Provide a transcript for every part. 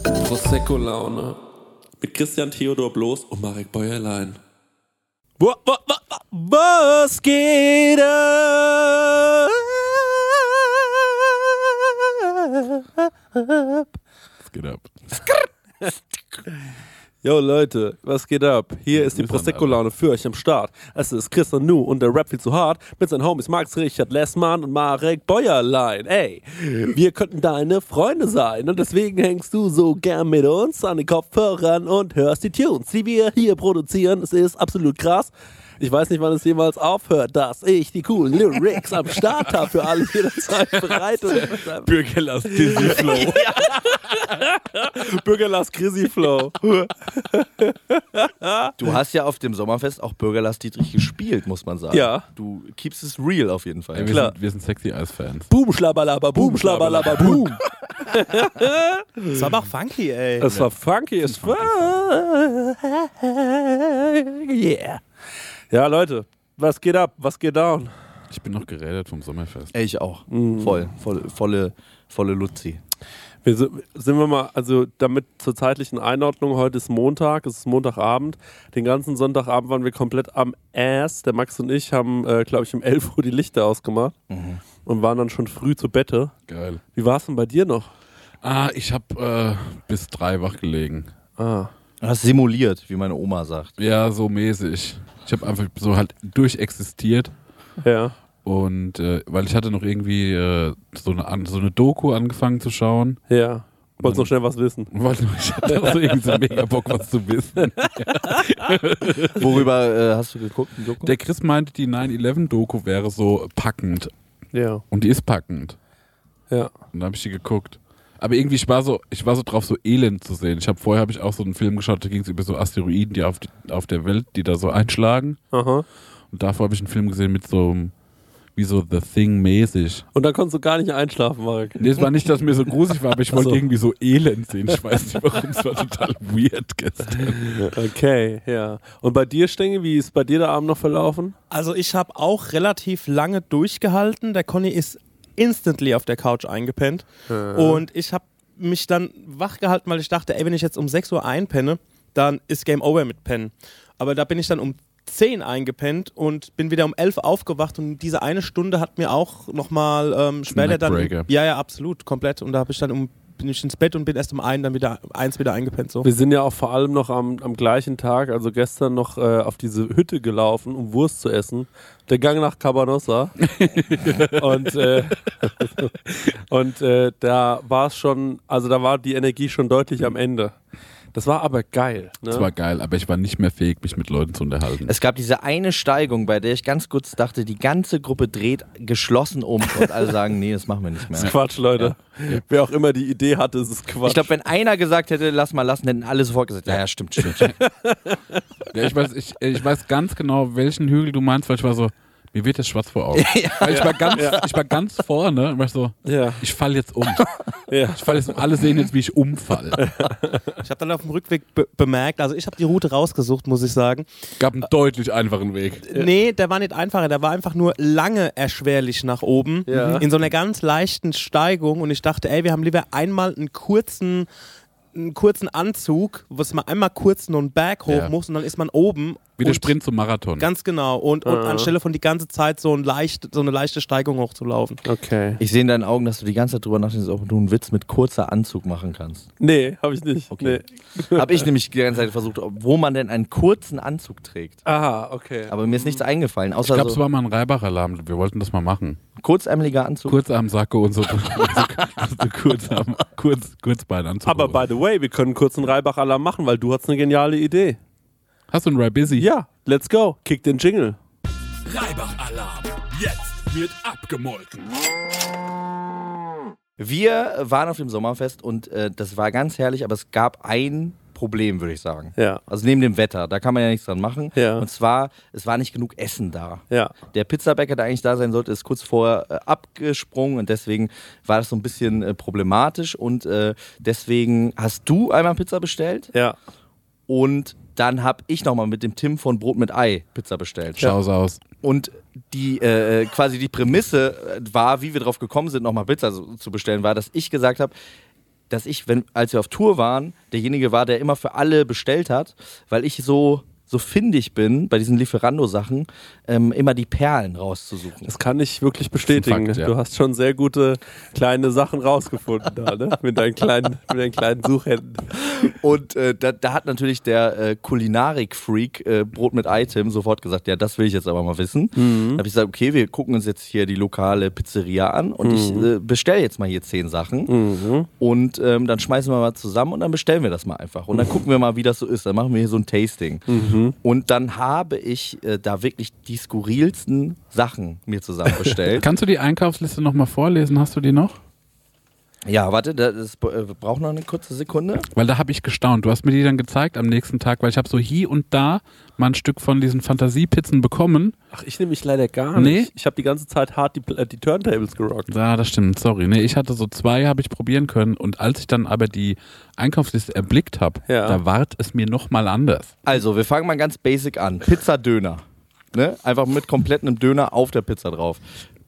Prosecco Laune. Mit Christian Theodor Bloß und Marek Bäuerlein. Wa- wa- wa- wa- Was geht ab? Geht ab. Yo Leute, was geht ab? Hier ist die Grüß an alle. Prosecco-Laune für euch am Start. Es ist Christian Nu und der Rap viel zu hart mit seinen Homies Max Richard Lessmann und Marek Bäuerlein. Ey, wir könnten deine Freunde sein und deswegen hängst du so gern mit uns an den Kopfhörern und hörst die Tunes, die wir hier produzieren. Es ist absolut krass. Ich weiß nicht, wann es jemals aufhört, dass ich die coolen Lyrics am Start habe für alle jederzeit bereit. Und Bürgerlass Dizzy Flow. Bürgerlass Chrissy Flow. Du hast ja auf dem Sommerfest auch Bürgerlass Dietrich gespielt, muss man sagen. Ja. Du keepst es real auf jeden Fall. Ey, wir, Klar. sind, wir sind sexy Ice Fans. Boom, schlabberlaber, boom, schlabberlaber, boom. Das war aber auch funky, Also ey. Das war funky as fuck. Yeah. Ja, Leute, was geht ab? Was geht down? Ich bin noch gerädert vom Sommerfest. Ey, ich auch. Mhm. Voll, voll, volle, volle Luzi. Wir si- sind wir mal, also damit zur zeitlichen Einordnung, heute ist Montag, es ist Montagabend. Den ganzen Sonntagabend waren wir komplett am Ass. Der Max und ich haben, äh, glaube ich, um 11 Uhr die Lichter ausgemacht und waren dann schon früh zu Bette. Geil. Wie war es denn bei dir noch? Ah, ich hab äh, bis drei wach gelegen. Ah. Du hast simuliert, wie meine Oma sagt. Ja, so mäßig. Ich habe einfach so halt durchexistiert Ja. und äh, weil ich hatte noch irgendwie äh, so, eine, an- so eine Doku angefangen zu schauen. Ja. Wolltest noch schnell was wissen? Weil ich hatte auch so irgendwie so mega Bock, was zu wissen. Worüber äh, hast du geguckt? die Doku? Der Chris meinte, die 9-11-Doku wäre so packend. Ja. Und die ist packend. Ja. Und dann habe ich die geguckt. Aber irgendwie, ich war so, ich war so drauf, so Elend zu sehen. Ich habe vorher habe ich auch so einen Film geschaut, da ging es über so Asteroiden, die auf, die auf der Welt, die da so einschlagen. Aha. Und davor habe ich einen Film gesehen mit so einem, wie so The Thing mäßig. Und dann konntest du gar nicht einschlafen, Marek. Nee, es war nicht, dass mir so gruselig war, aber ich wollte so. irgendwie so Elend sehen. Ich weiß nicht warum, es war total weird gestern. Okay, ja. Und bei dir, Stenge, wie ist bei dir der Abend noch verlaufen? Also ich habe auch relativ lange durchgehalten. Der Conny ist instantly auf der Couch eingepennt. Und ich habe mich dann wach gehalten, weil ich dachte, ey, wenn ich jetzt um 6 Uhr einpenne, dann ist Game Over mit Pennen. Aber da bin ich dann um 10 eingepennt und bin wieder um 11 aufgewacht und diese eine Stunde hat mir auch nochmal ähm, später dann... Neckbreaker. Ja, ja, absolut, komplett. Und da habe ich dann um bin ich ins Bett und bin erst um ein, dann wieder eins wieder eingepennt. So. Wir sind ja auch vor allem noch am, am gleichen Tag, also gestern noch äh, auf diese Hütte gelaufen, um Wurst zu essen. Der Gang nach Cabanossa. und äh, und äh, da war es schon, also da war die Energie schon deutlich am Ende. Das war aber geil. Ne? Das war geil, aber ich war nicht mehr fähig, mich mit Leuten zu unterhalten. Es gab diese eine Steigung, bei der ich ganz kurz dachte, die ganze Gruppe dreht geschlossen um und alle sagen, nee, das machen wir nicht Das ist mehr. Quatsch, Leute. Wer auch immer die Idee hatte, ist es Quatsch. Ich glaube, wenn einer gesagt hätte, lass mal lassen, hätten alle sofort gesagt, ja, ja stimmt, stimmt. stimmt. Ja, ich, weiß, ich, ich weiß ganz genau, welchen Hügel du meinst, weil ich war so, mir wird das schwarz vor Augen. Weil ich, war ganz, ich war ganz vorne und war so, ja. ich falle jetzt um. ja. Ich falle jetzt um. Alle sehen jetzt, wie ich umfall. Ich habe dann auf dem Rückweg be bemerkt, also ich habe die Route rausgesucht, muss ich sagen. Gab einen deutlich einfachen Weg. Nee, der war nicht einfacher, der war einfach nur lange erschwerlich nach oben. Mhm. Ja. In so einer ganz leichten Steigung. Und ich dachte, ey, wir haben lieber einmal einen kurzen, einen kurzen Anzug, was man einmal kurz nur einen Berg hoch Ja. muss und dann ist man oben. Wie der Und- Sprint zum Marathon. Ganz genau. Und, und anstelle von die ganze Zeit so, ein leicht, so eine leichte Steigung hochzulaufen. Okay. Ich sehe in deinen Augen, dass du die ganze Zeit drüber nachdenkst, ob du einen Witz mit kurzer Anzug machen kannst. Nee, habe ich nicht. Okay. Nee. Habe ich nämlich die ganze Zeit versucht, ob- wo man denn einen kurzen Anzug trägt. Aha, okay. Aber mir ist nichts eingefallen, ich also außer glaube, es so war mal ein Reibach-Alarm. Wir wollten das mal machen. kurzärmeliger Anzug. Kurz am Sacke und so. so, so kurz am, kurz, kurz Anzug. Aber by the way, wir können kurz einen Reibach-Alarm machen, weil du hast eine geniale Idee. Hast du einen Ribizzy? Ja, let's go. Kick den Jingle. Reibach-Alarm. Jetzt wird abgemolken. Wir waren auf dem Sommerfest und äh, das war ganz herrlich, aber es gab ein Problem, würde ich sagen. Ja. Also neben dem Wetter, da kann man ja nichts dran machen. Ja. Und zwar, es war nicht genug Essen da. Ja. Der Pizzabäcker, der eigentlich da sein sollte, ist kurz vorher äh, abgesprungen und deswegen war das so ein bisschen äh, problematisch und äh, deswegen hast du einmal Pizza bestellt Ja. und dann habe ich nochmal mit dem Tim von Brot mit Ei Pizza bestellt. Schau's aus. Und die äh, quasi die Prämisse äh, war, wie wir drauf gekommen sind, nochmal Pizza so- zu bestellen, war, dass ich gesagt habe, dass ich, wenn, als wir auf Tour waren, derjenige war, der immer für alle bestellt hat, weil ich so, so findig bin bei diesen Lieferando-Sachen, ähm, immer die Perlen rauszusuchen. Das kann ich wirklich bestätigen. Fakt, ja. Du hast schon sehr gute kleine Sachen rausgefunden da, ne? Mit deinen kleinen, mit deinen kleinen Suchhänden. Und äh, da, da hat natürlich der äh, Kulinarik-Freak äh, Brot mit Item sofort gesagt, ja, das will ich jetzt aber mal wissen. Da habe ich gesagt, okay, wir gucken uns jetzt hier die lokale Pizzeria an und ich äh, bestelle jetzt mal hier zehn Sachen und ähm, dann schmeißen wir mal zusammen und dann bestellen wir das mal einfach. Und dann gucken wir mal, wie das so ist. Dann machen wir hier so ein Tasting. Und dann habe ich äh, da wirklich die skurrilsten Sachen mir zusammen bestellt. Kannst du die Einkaufsliste nochmal vorlesen? Hast du die noch? ja, warte, das ist, äh, braucht noch eine kurze Sekunde. Weil da habe ich gestaunt. Du hast mir die dann gezeigt am nächsten Tag, weil ich habe so hier und da mal ein Stück von diesen Fantasiepizzen bekommen. Ach, ich nehme mich leider gar Nee. nicht. Ich habe die ganze Zeit hart die, Pl- äh, die Turntables gerockt. Ja, das stimmt, sorry. Nee, ich hatte so zwei, habe ich probieren können. Und als ich dann aber die Einkaufsliste erblickt habe, Ja. da ward es mir nochmal anders. Also, wir fangen mal ganz basic an. Pizza Döner. Ne? Einfach mit komplett einem Döner auf der Pizza drauf.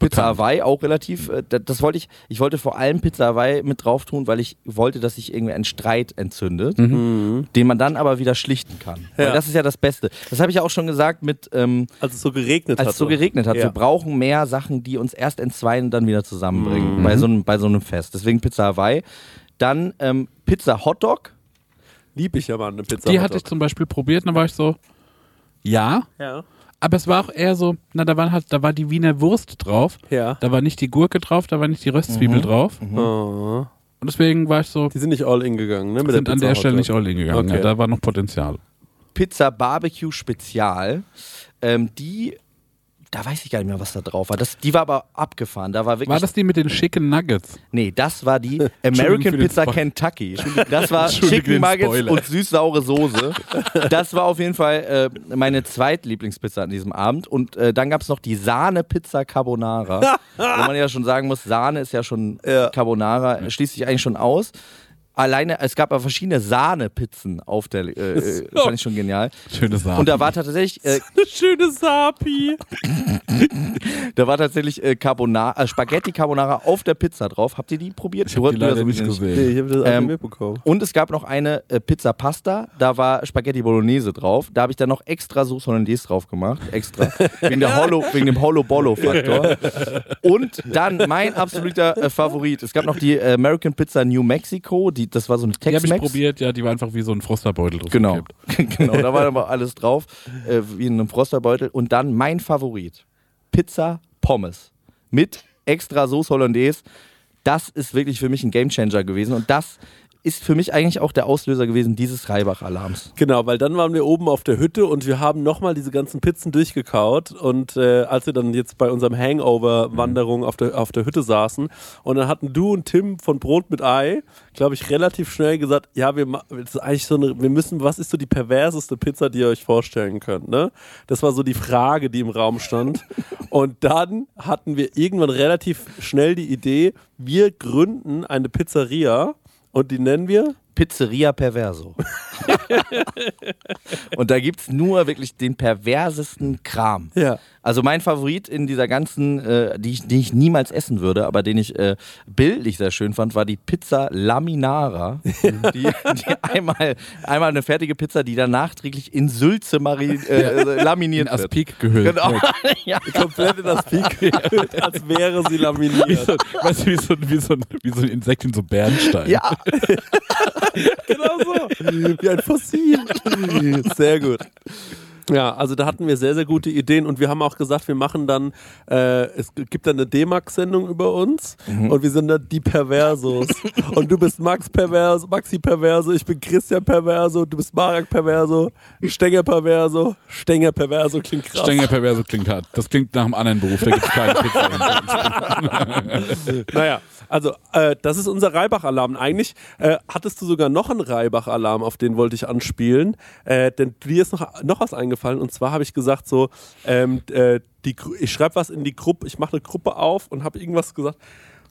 Pizza Hawaii auch relativ, äh, da- das wollte ich, ich wollte vor allem Pizza Hawaii mit drauf tun, weil ich wollte, dass sich irgendwie ein Streit entzündet, den man dann aber wieder schlichten kann. Mhm. Ja. Weil das ist ja das Beste. Das habe ich ja auch schon gesagt mit, ähm, Als es so geregnet hat. als es so geregnet hat. Ja. Wir brauchen mehr Sachen, die uns erst entzweien und dann wieder zusammenbringen. Mhm. Bei, so einem, bei so einem Fest. Deswegen Pizza Hawaii. Dann ähm, Pizza Hotdog. Lieb ich ja mal eine Pizza. Die hatte ich zum Beispiel probiert und da war ich so, ja, Ja. aber es war auch eher so, na, da, waren halt, da war die Wiener Wurst drauf, Ja. da war nicht die Gurke drauf, da war nicht die Röstzwiebel drauf. Oh. Und deswegen war ich so, Die sind nicht all in gegangen, ne? Mit sind an der Pizza Stelle Hotdog. nicht all in gegangen. Okay. Ja, da war noch Potenzial. Pizza Barbecue Spezial. Ähm, die, da weiß ich gar nicht mehr, was da drauf war. Das, die war aber abgefahren. Da war wirklich. War das die mit den schicken Nuggets? Nee, das war die Entschuldigung für American den Pizza Spoil- Kentucky. Das war Entschuldigung für Chicken den Nuggets Spoiler. und süß-saure Soße. Das war auf jeden Fall äh, meine zweitlieblingspizza an diesem Abend. Und äh, dann gab es noch die Sahne-Pizza Carbonara. wo man ja schon sagen muss, Sahne ist ja schon Ja. Carbonara, schließt sich eigentlich schon aus. Alleine, es gab aber verschiedene Sahne-Pizzen auf der, äh, äh, So. fand ich schon genial. Schöne Sache. Und da war tatsächlich äh, Eine schöne Sapi. Da war tatsächlich äh, Carbonara, äh, Spaghetti Carbonara auf der Pizza drauf. Habt ihr die probiert? ich habe die Wollten wir leider das nicht übrigens gesehen. Nee, ich habe das Ähm, ähm, mitbekommen. Und es gab noch eine äh, Pizza Pasta, da war Spaghetti Bolognese drauf. Da habe ich dann noch extra Soße Hollandaise drauf gemacht. Extra. Wegen, der Hollow, wegen dem Hollow-Bollo-Faktor. Und dann mein absoluter äh, Favorit. Es gab noch die äh, American Pizza New Mexico. Die, das war so eine Die habe Tex-Mex. ich probiert, ja, die war einfach wie so ein Frosterbeutel drauf. Genau. gekippt. genau, da war aber alles drauf, äh, wie in einem Frosterbeutel. Und dann mein Favorit: Pizza Pommes mit extra Soße Hollandaise. Das ist wirklich für mich ein Gamechanger gewesen. Und das ist für mich eigentlich auch der Auslöser gewesen dieses Reibach-Alarms. Genau, weil dann waren wir oben auf der Hütte und wir haben nochmal diese ganzen Pizzen durchgekaut. Und äh, als wir dann jetzt bei unserem Hangover-Wanderung auf, der, auf der Hütte saßen, und dann hatten du und Tim von Brot mit Ei, glaube ich, relativ schnell gesagt, ja, wir, ma- das ist eigentlich so eine, wir müssen, was ist so die perverseste Pizza, die ihr euch vorstellen könnt, ne? Das war so die Frage, die im Raum stand. und dann hatten wir irgendwann relativ schnell die Idee, wir gründen eine Pizzeria und die nennen wir Pizzeria Perverso. Und da gibt es nur wirklich den perversesten Kram. Ja. Also mein Favorit in dieser ganzen, äh, die, ich, die ich niemals essen würde, aber den ich äh, bildlich sehr schön fand, war die Pizza Laminara. die, die einmal, einmal eine fertige Pizza, die dann nachträglich in Sülze mari- äh, In laminiert wird. Aspik gehüllt. Genau. ja. komplett in das Peak gehüllt, als wäre sie Wie laminiert. so, weißt du, wie so, ein- wie, so ein, wie so ein Insekt in so Bernstein. ja, genau so. Wie ein Fossil. Sehr gut. Ja, also da hatten wir sehr, sehr gute Ideen und wir haben auch gesagt, wir machen dann, äh, es gibt dann eine D-Max-Sendung über uns und wir sind dann die Perversos. und du bist Max Perverso, Maxi Perverso, ich bin Christian Perverso, du bist Marek Perverso, Stenger Perverso, Stenger Perverso klingt krass. Stenger perverse klingt hart. Das klingt nach einem anderen Beruf. Da gibt es keine Pizza. Naja, also äh, das ist unser Reibach-Alarm. Eigentlich äh, hattest du sogar noch einen Reibach-Alarm, auf den wollte ich anspielen. Äh, denn dir ist noch, noch was eingefallen. Und zwar habe ich gesagt so, ähm, äh, die, Gru- ich schreibe was in die Gruppe, ich mache eine Gruppe auf und habe irgendwas gesagt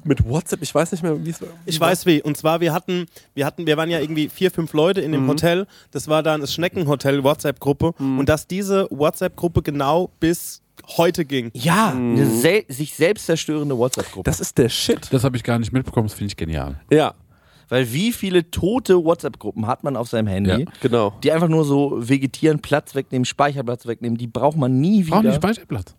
mit WhatsApp. Ich weiß nicht mehr, wie es war. Ich weiß wie. Und zwar, wir hatten, wir hatten, wir waren ja irgendwie vier, fünf Leute in Mhm. dem Hotel. Das war dann das Schneckenhotel WhatsApp-Gruppe. Und dass diese WhatsApp-Gruppe genau bis heute ging. ja eine Mhm. sel sich selbst zerstörende WhatsApp-Gruppe. Das ist der Shit. Das habe ich gar nicht mitbekommen. Das finde ich genial. Ja. Weil wie viele tote WhatsApp-Gruppen hat man auf seinem Handy, Ja. Genau. die einfach nur so vegetieren, Platz wegnehmen, Speicherplatz wegnehmen, die braucht man nie wieder. Brauchen nicht Speicherplatz.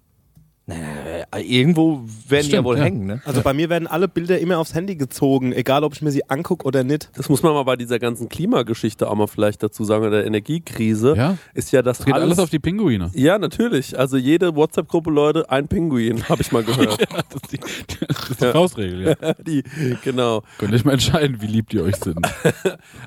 Äh, Irgendwo werden die ja Stimmt, wohl ja. hängen, ne? Also bei mir werden alle Bilder immer aufs Handy gezogen, egal ob ich mir sie angucke oder nicht. Das muss man mal bei dieser ganzen Klimageschichte auch mal vielleicht dazu sagen, oder der Energiekrise. Ja. Ist ja das Es geht alles, auf die Pinguine. Ja, natürlich. Also jede WhatsApp-Gruppe, Leute, ein Pinguin, habe ich mal gehört. Das ist die, das ist die Faustregel, ja. die, genau. Könnt ihr euch mal entscheiden, wie lieb die euch sind.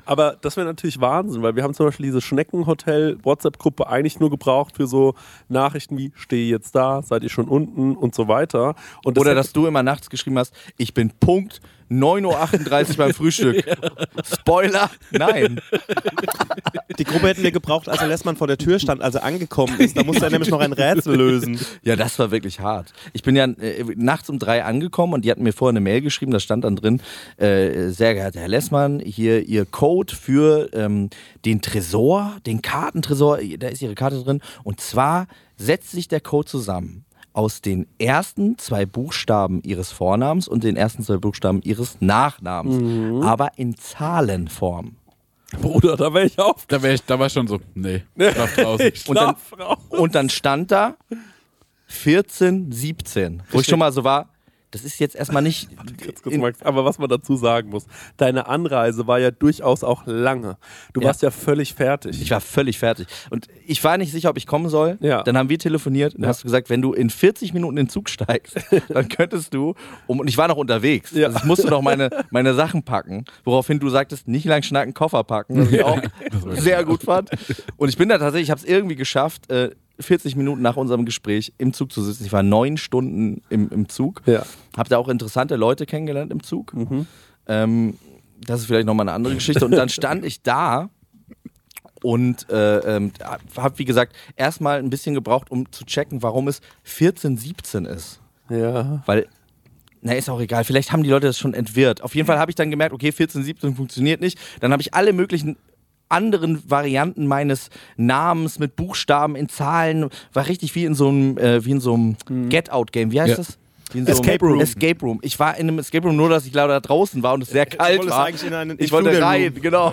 Aber das wäre natürlich Wahnsinn, weil wir haben zum Beispiel diese Schneckenhotel-WhatsApp-Gruppe eigentlich nur gebraucht für so Nachrichten wie, stehe jetzt da, seid ihr schon unten und so weiter. Und Oder hätte- dass du immer nachts geschrieben hast, ich bin Punkt 9.38 Uhr beim Frühstück. Spoiler, nein. Die Gruppe hätten wir gebraucht, als Lessmann vor der Tür stand, als er angekommen ist. Da musste er nämlich noch ein Rätsel lösen. Ja, das war wirklich hart. Ich bin ja äh, nachts um drei angekommen und die hatten mir vorher eine Mail geschrieben, da stand dann drin, äh, sehr geehrter Herr Lessmann, hier Ihr Code für ähm, den Tresor, den Kartentresor, da ist Ihre Karte drin. Und zwar setzt sich der Code zusammen aus den ersten zwei Buchstaben Ihres Vornamens und den ersten zwei Buchstaben Ihres Nachnamens, aber in Zahlenform. Bruder, da wäre ich auf. Da, wär ich, da war ich schon so, nee, schlaf draußen. Und dann- Schlaf raus. Und dann stand da 14, 17. Wo ich schon mal so war, das ist jetzt erstmal nicht. Ganz kurz, Max, aber was man dazu sagen muss, deine Anreise war ja durchaus auch lange. Du Ja. warst ja völlig fertig. Ich war völlig fertig. Und ich war nicht sicher, ob ich kommen soll. Ja. Dann haben wir telefoniert und hast du gesagt, wenn du in 40 Minuten in den Zug steigst, dann könntest du. Um, und ich war noch unterwegs. Ja. Also ich musste noch meine, meine Sachen packen. Woraufhin du sagtest, nicht lang schnacken, Koffer packen. Was ich auch sehr gut fand. Und ich bin da tatsächlich, ich habe es irgendwie geschafft. Äh, 40 Minuten nach unserem Gespräch im Zug zu sitzen. Ich war neun Stunden im, im Zug. Ja. Hab da auch interessante Leute kennengelernt im Zug. Ähm, das ist vielleicht nochmal eine andere Geschichte. Und dann stand ich da und äh, ähm, habe, wie gesagt, erstmal ein bisschen gebraucht, um zu checken, warum es 14, 17 ist. ja. Weil, na, ist auch egal, vielleicht haben die Leute das schon entwirrt. Auf jeden Fall habe ich dann gemerkt, okay, 14, 17 funktioniert nicht. Dann habe ich alle möglichen anderen Varianten meines Namens mit Buchstaben in Zahlen, war richtig wie in so einem, äh, wie in so einem Mhm. Get-Out-Game. Wie heißt Ja. das? Wie in so einem Escape Room. Escape Room. Ich war in einem Escape Room, nur dass ich leider da draußen war und es sehr kalt wolltest war. eigentlich in einen- ich in den wollte Flugel Room. rein, genau.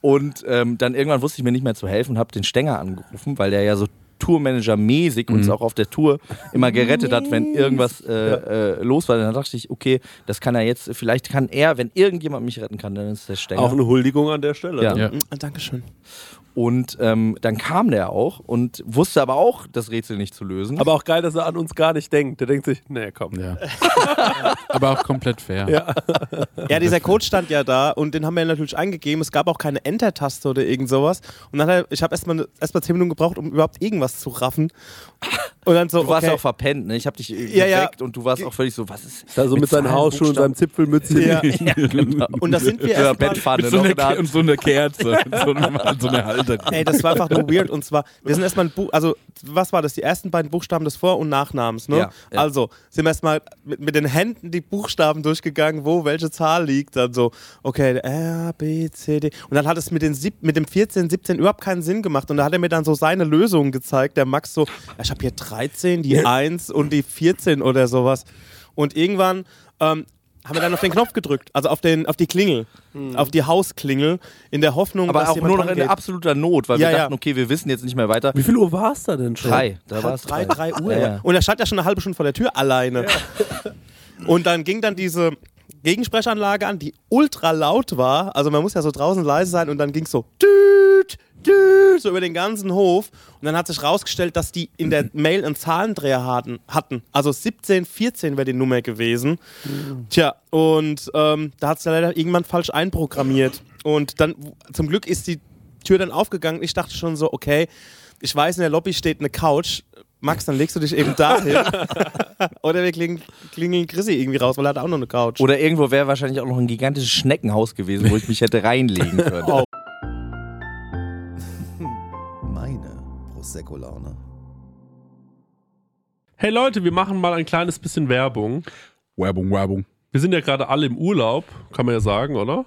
Und ähm, dann irgendwann wusste ich mir nicht mehr zu helfen und habe den Stenger angerufen, weil der ja so Tourmanager-mäßig uns Mhm. auch auf der Tour immer gerettet hat, wenn irgendwas äh, äh, los war. Dann dachte ich, okay, das kann er jetzt, vielleicht kann er, wenn irgendjemand mich retten kann, dann ist der Stenger. Auch eine Huldigung an der Stelle. Ja. ne? ja. Ah, Dankeschön. Und ähm, dann kam der auch und wusste aber auch, das Rätsel nicht zu lösen. Aber auch geil, dass er an uns gar nicht denkt. Der denkt sich, nee, komm. ja. Aber auch komplett fair. Ja. Ja, dieser Code stand ja da und den haben wir natürlich eingegeben. Es gab auch keine Enter-Taste oder irgend sowas. Und dann hat er, ich habe erstmal erst mal 10 Minuten gebraucht, um überhaupt irgendwas zu raffen. Und dann so, du warst okay. auch verpennt, ne? Ich habe dich geweckt Ja, ja. und du warst auch völlig so, was ist? Da so Also mit, seinen Zahlen, Hausschuhen und seinem Zipfelmützchen. Ja. genau. Und das sind wir Oder erstmal. Bettpfanne So noch eine, in der Ke- und Hand. so eine Kerze. Und so eine, so eine Halter. Ey, das war einfach nur weird. Und zwar, wir sind erstmal ein Buch, also was war das? Die ersten beiden Buchstaben des Vor- und Nachnamens, ne? Ja, ja. Also sind wir erstmal mit, mit den Händen die Buchstaben durchgegangen, wo welche Zahl liegt. Dann so, okay, R, B, C, D. Und dann hat es mit, den sieb, mit dem 14, 17 überhaupt keinen Sinn gemacht. Und da hat er mir dann so seine Lösungen gezeigt. Der Max so, ich habe hier 13, die 1 und die 14 oder sowas. Und irgendwann ähm, haben wir dann auf den Knopf gedrückt, also auf, den, auf die Klingel, auf die Hausklingel, in der Hoffnung, Hm. dass Aber auch jemand nur noch in rangeht. absoluter Not, weil Ja, wir ja. dachten, okay, wir wissen jetzt nicht mehr weiter. Wie viel Uhr war es da denn schon? Drei, da war Halb es drei, drei Uhr. Ja, ja. Und er stand ja schon eine halbe Stunde vor der Tür alleine. Und dann ging dann diese Gegensprechanlage an, die ultra laut war. Also man muss ja so draußen leise sein und dann ging es so düt, düt, so über den ganzen Hof. Und dann hat sich rausgestellt, dass die in der Mail einen Zahlendreher hatten. hatten. Also 17, 14 wäre die Nummer gewesen. Tja, und ähm, da hat es leider irgendwann falsch einprogrammiert. Und dann, zum Glück ist die Tür dann aufgegangen. Ich dachte schon so, okay, ich weiß, in der Lobby steht eine Couch. Max, dann legst du dich eben dahin. Oder wir klingeln, klingeln Chrissy irgendwie raus, weil er hat auch noch eine Couch. Oder irgendwo wäre wahrscheinlich auch noch ein gigantisches Schneckenhaus gewesen, wo ich mich hätte reinlegen können. Oh. Meine Prosecco-Laune. Hey Leute, wir machen mal ein kleines bisschen Werbung. Werbung, Werbung. Wir sind ja gerade alle im Urlaub, kann man ja sagen, oder?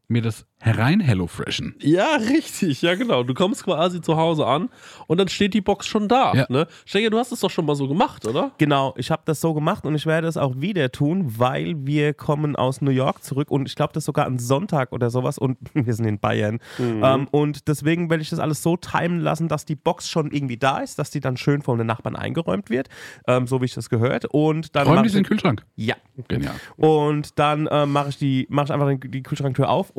mir das herein HelloFreshen. Ja, richtig. Ja, genau. Du kommst quasi zu Hause an und dann steht die Box schon da. Ja. Ne? Stecker, du hast es doch schon mal so gemacht, oder? Genau, ich habe das so gemacht und ich werde es auch wieder tun, weil wir kommen aus New York zurück und ich glaube, das ist sogar am Sonntag oder sowas und wir sind in Bayern. Ähm, und deswegen werde ich das alles so timen lassen, dass die Box schon irgendwie da ist, dass die dann schön von den Nachbarn eingeräumt wird, ähm, so wie ich das gehört. Und dann Räum mach die ich- in den Kühlschrank. ja. Genial. Und dann ähm, mache ich, die- mach ich einfach den- die Kühlschranktür auf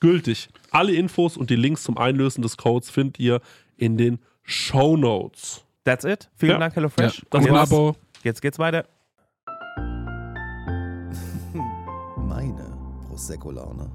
gültig. Alle Infos und die Links zum Einlösen des Codes findet ihr in den Show Notes. That's it. Vielen Ja. Dank, HelloFresh. ja. das Und war jetzt, Abo. jetzt geht's weiter. Meine Prosecco-Laune.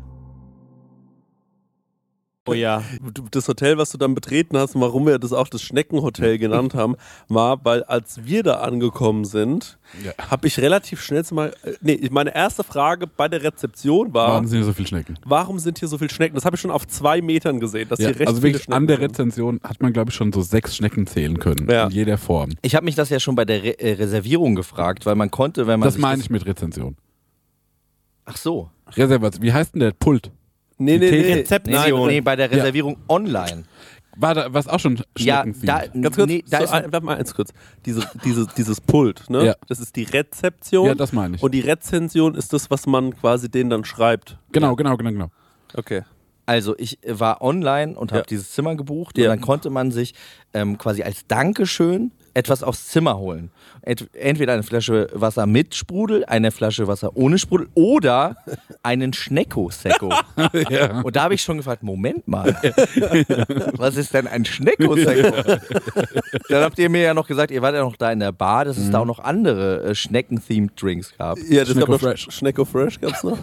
Oh ja. Das Hotel, was du dann betreten hast und warum wir das auch das Schneckenhotel genannt haben, war, weil als wir da angekommen sind, Ja. habe ich relativ schnell mal. äh, Nee, meine erste Frage bei der Rezeption war. Warum sind hier so viele Schnecken? Warum sind hier so viele Schnecken? Das habe ich schon auf zwei Metern gesehen, dass Ja, hier recht also viele wirklich Schnecken an der sind. Rezension hat man, glaube ich, schon so sechs Schnecken zählen können. Ja. In jeder Form. Ich habe mich das ja schon bei der Re äh, Reservierung gefragt, weil man konnte, wenn man. Das sich meine ich mit Rezension. Ach so. Reservation. Wie heißt denn der Pult? Nee, nee, nee. Nein, Rezeption. nee, bei der Reservierung online. War da was auch schon Ja, Schnecken da, Ganz kurz, nee, da so, ist ein- bleib mal eins kurz. Diese, diese, dieses Pult, ne? Ja. Das ist die Rezeption. Ja, das meine ich. Und die Rezension ist das, was man quasi denen dann schreibt. Genau, genau, genau, genau. Okay. Also ich äh, war online und habe Ja. dieses Zimmer gebucht Ja. und dann konnte man sich ähm, quasi als Dankeschön etwas aufs Zimmer holen. Ent entweder eine Flasche Wasser mit Sprudel, eine Flasche Wasser ohne Sprudel oder einen Schnecko-Secco. Ja. Und da habe ich schon gefragt, Moment mal, was ist denn ein Schnecko-Secco? Dann habt ihr mir ja noch gesagt, ihr wart ja noch da in der Bar, dass es da auch noch andere äh, Schnecken-themed Drinks gab. Mhm. Ja, das Schnecko gab noch Fresh. Schnecko Fresh gab's noch.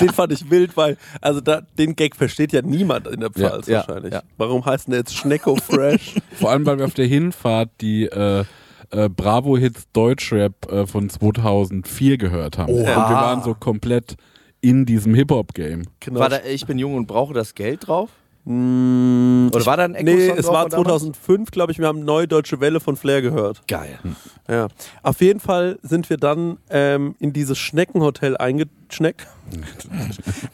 den fand ich wild, weil, also da, den Gag versteht ja niemand in der Ja, Pfalz ja, wahrscheinlich. ja. Warum heißt denn der jetzt Schnecko Fresh? Vor allem, weil wir auf der Hinfahrt die äh, äh, Bravo-Hits Deutschrap äh, von 2004 gehört haben. Und wir waren so komplett in diesem Hip-Hop-Game. genau. War da, ich bin jung und brauche das Geld drauf? Oder war da ein Echo Hm, Nee, schon es drauf war von damals? 2005, glaube ich. Wir haben Neue Deutsche Welle von Flair gehört. Geil. Hm. Ja. Auf jeden Fall sind wir dann ähm, in dieses Schneckenhotel eingeschneckt.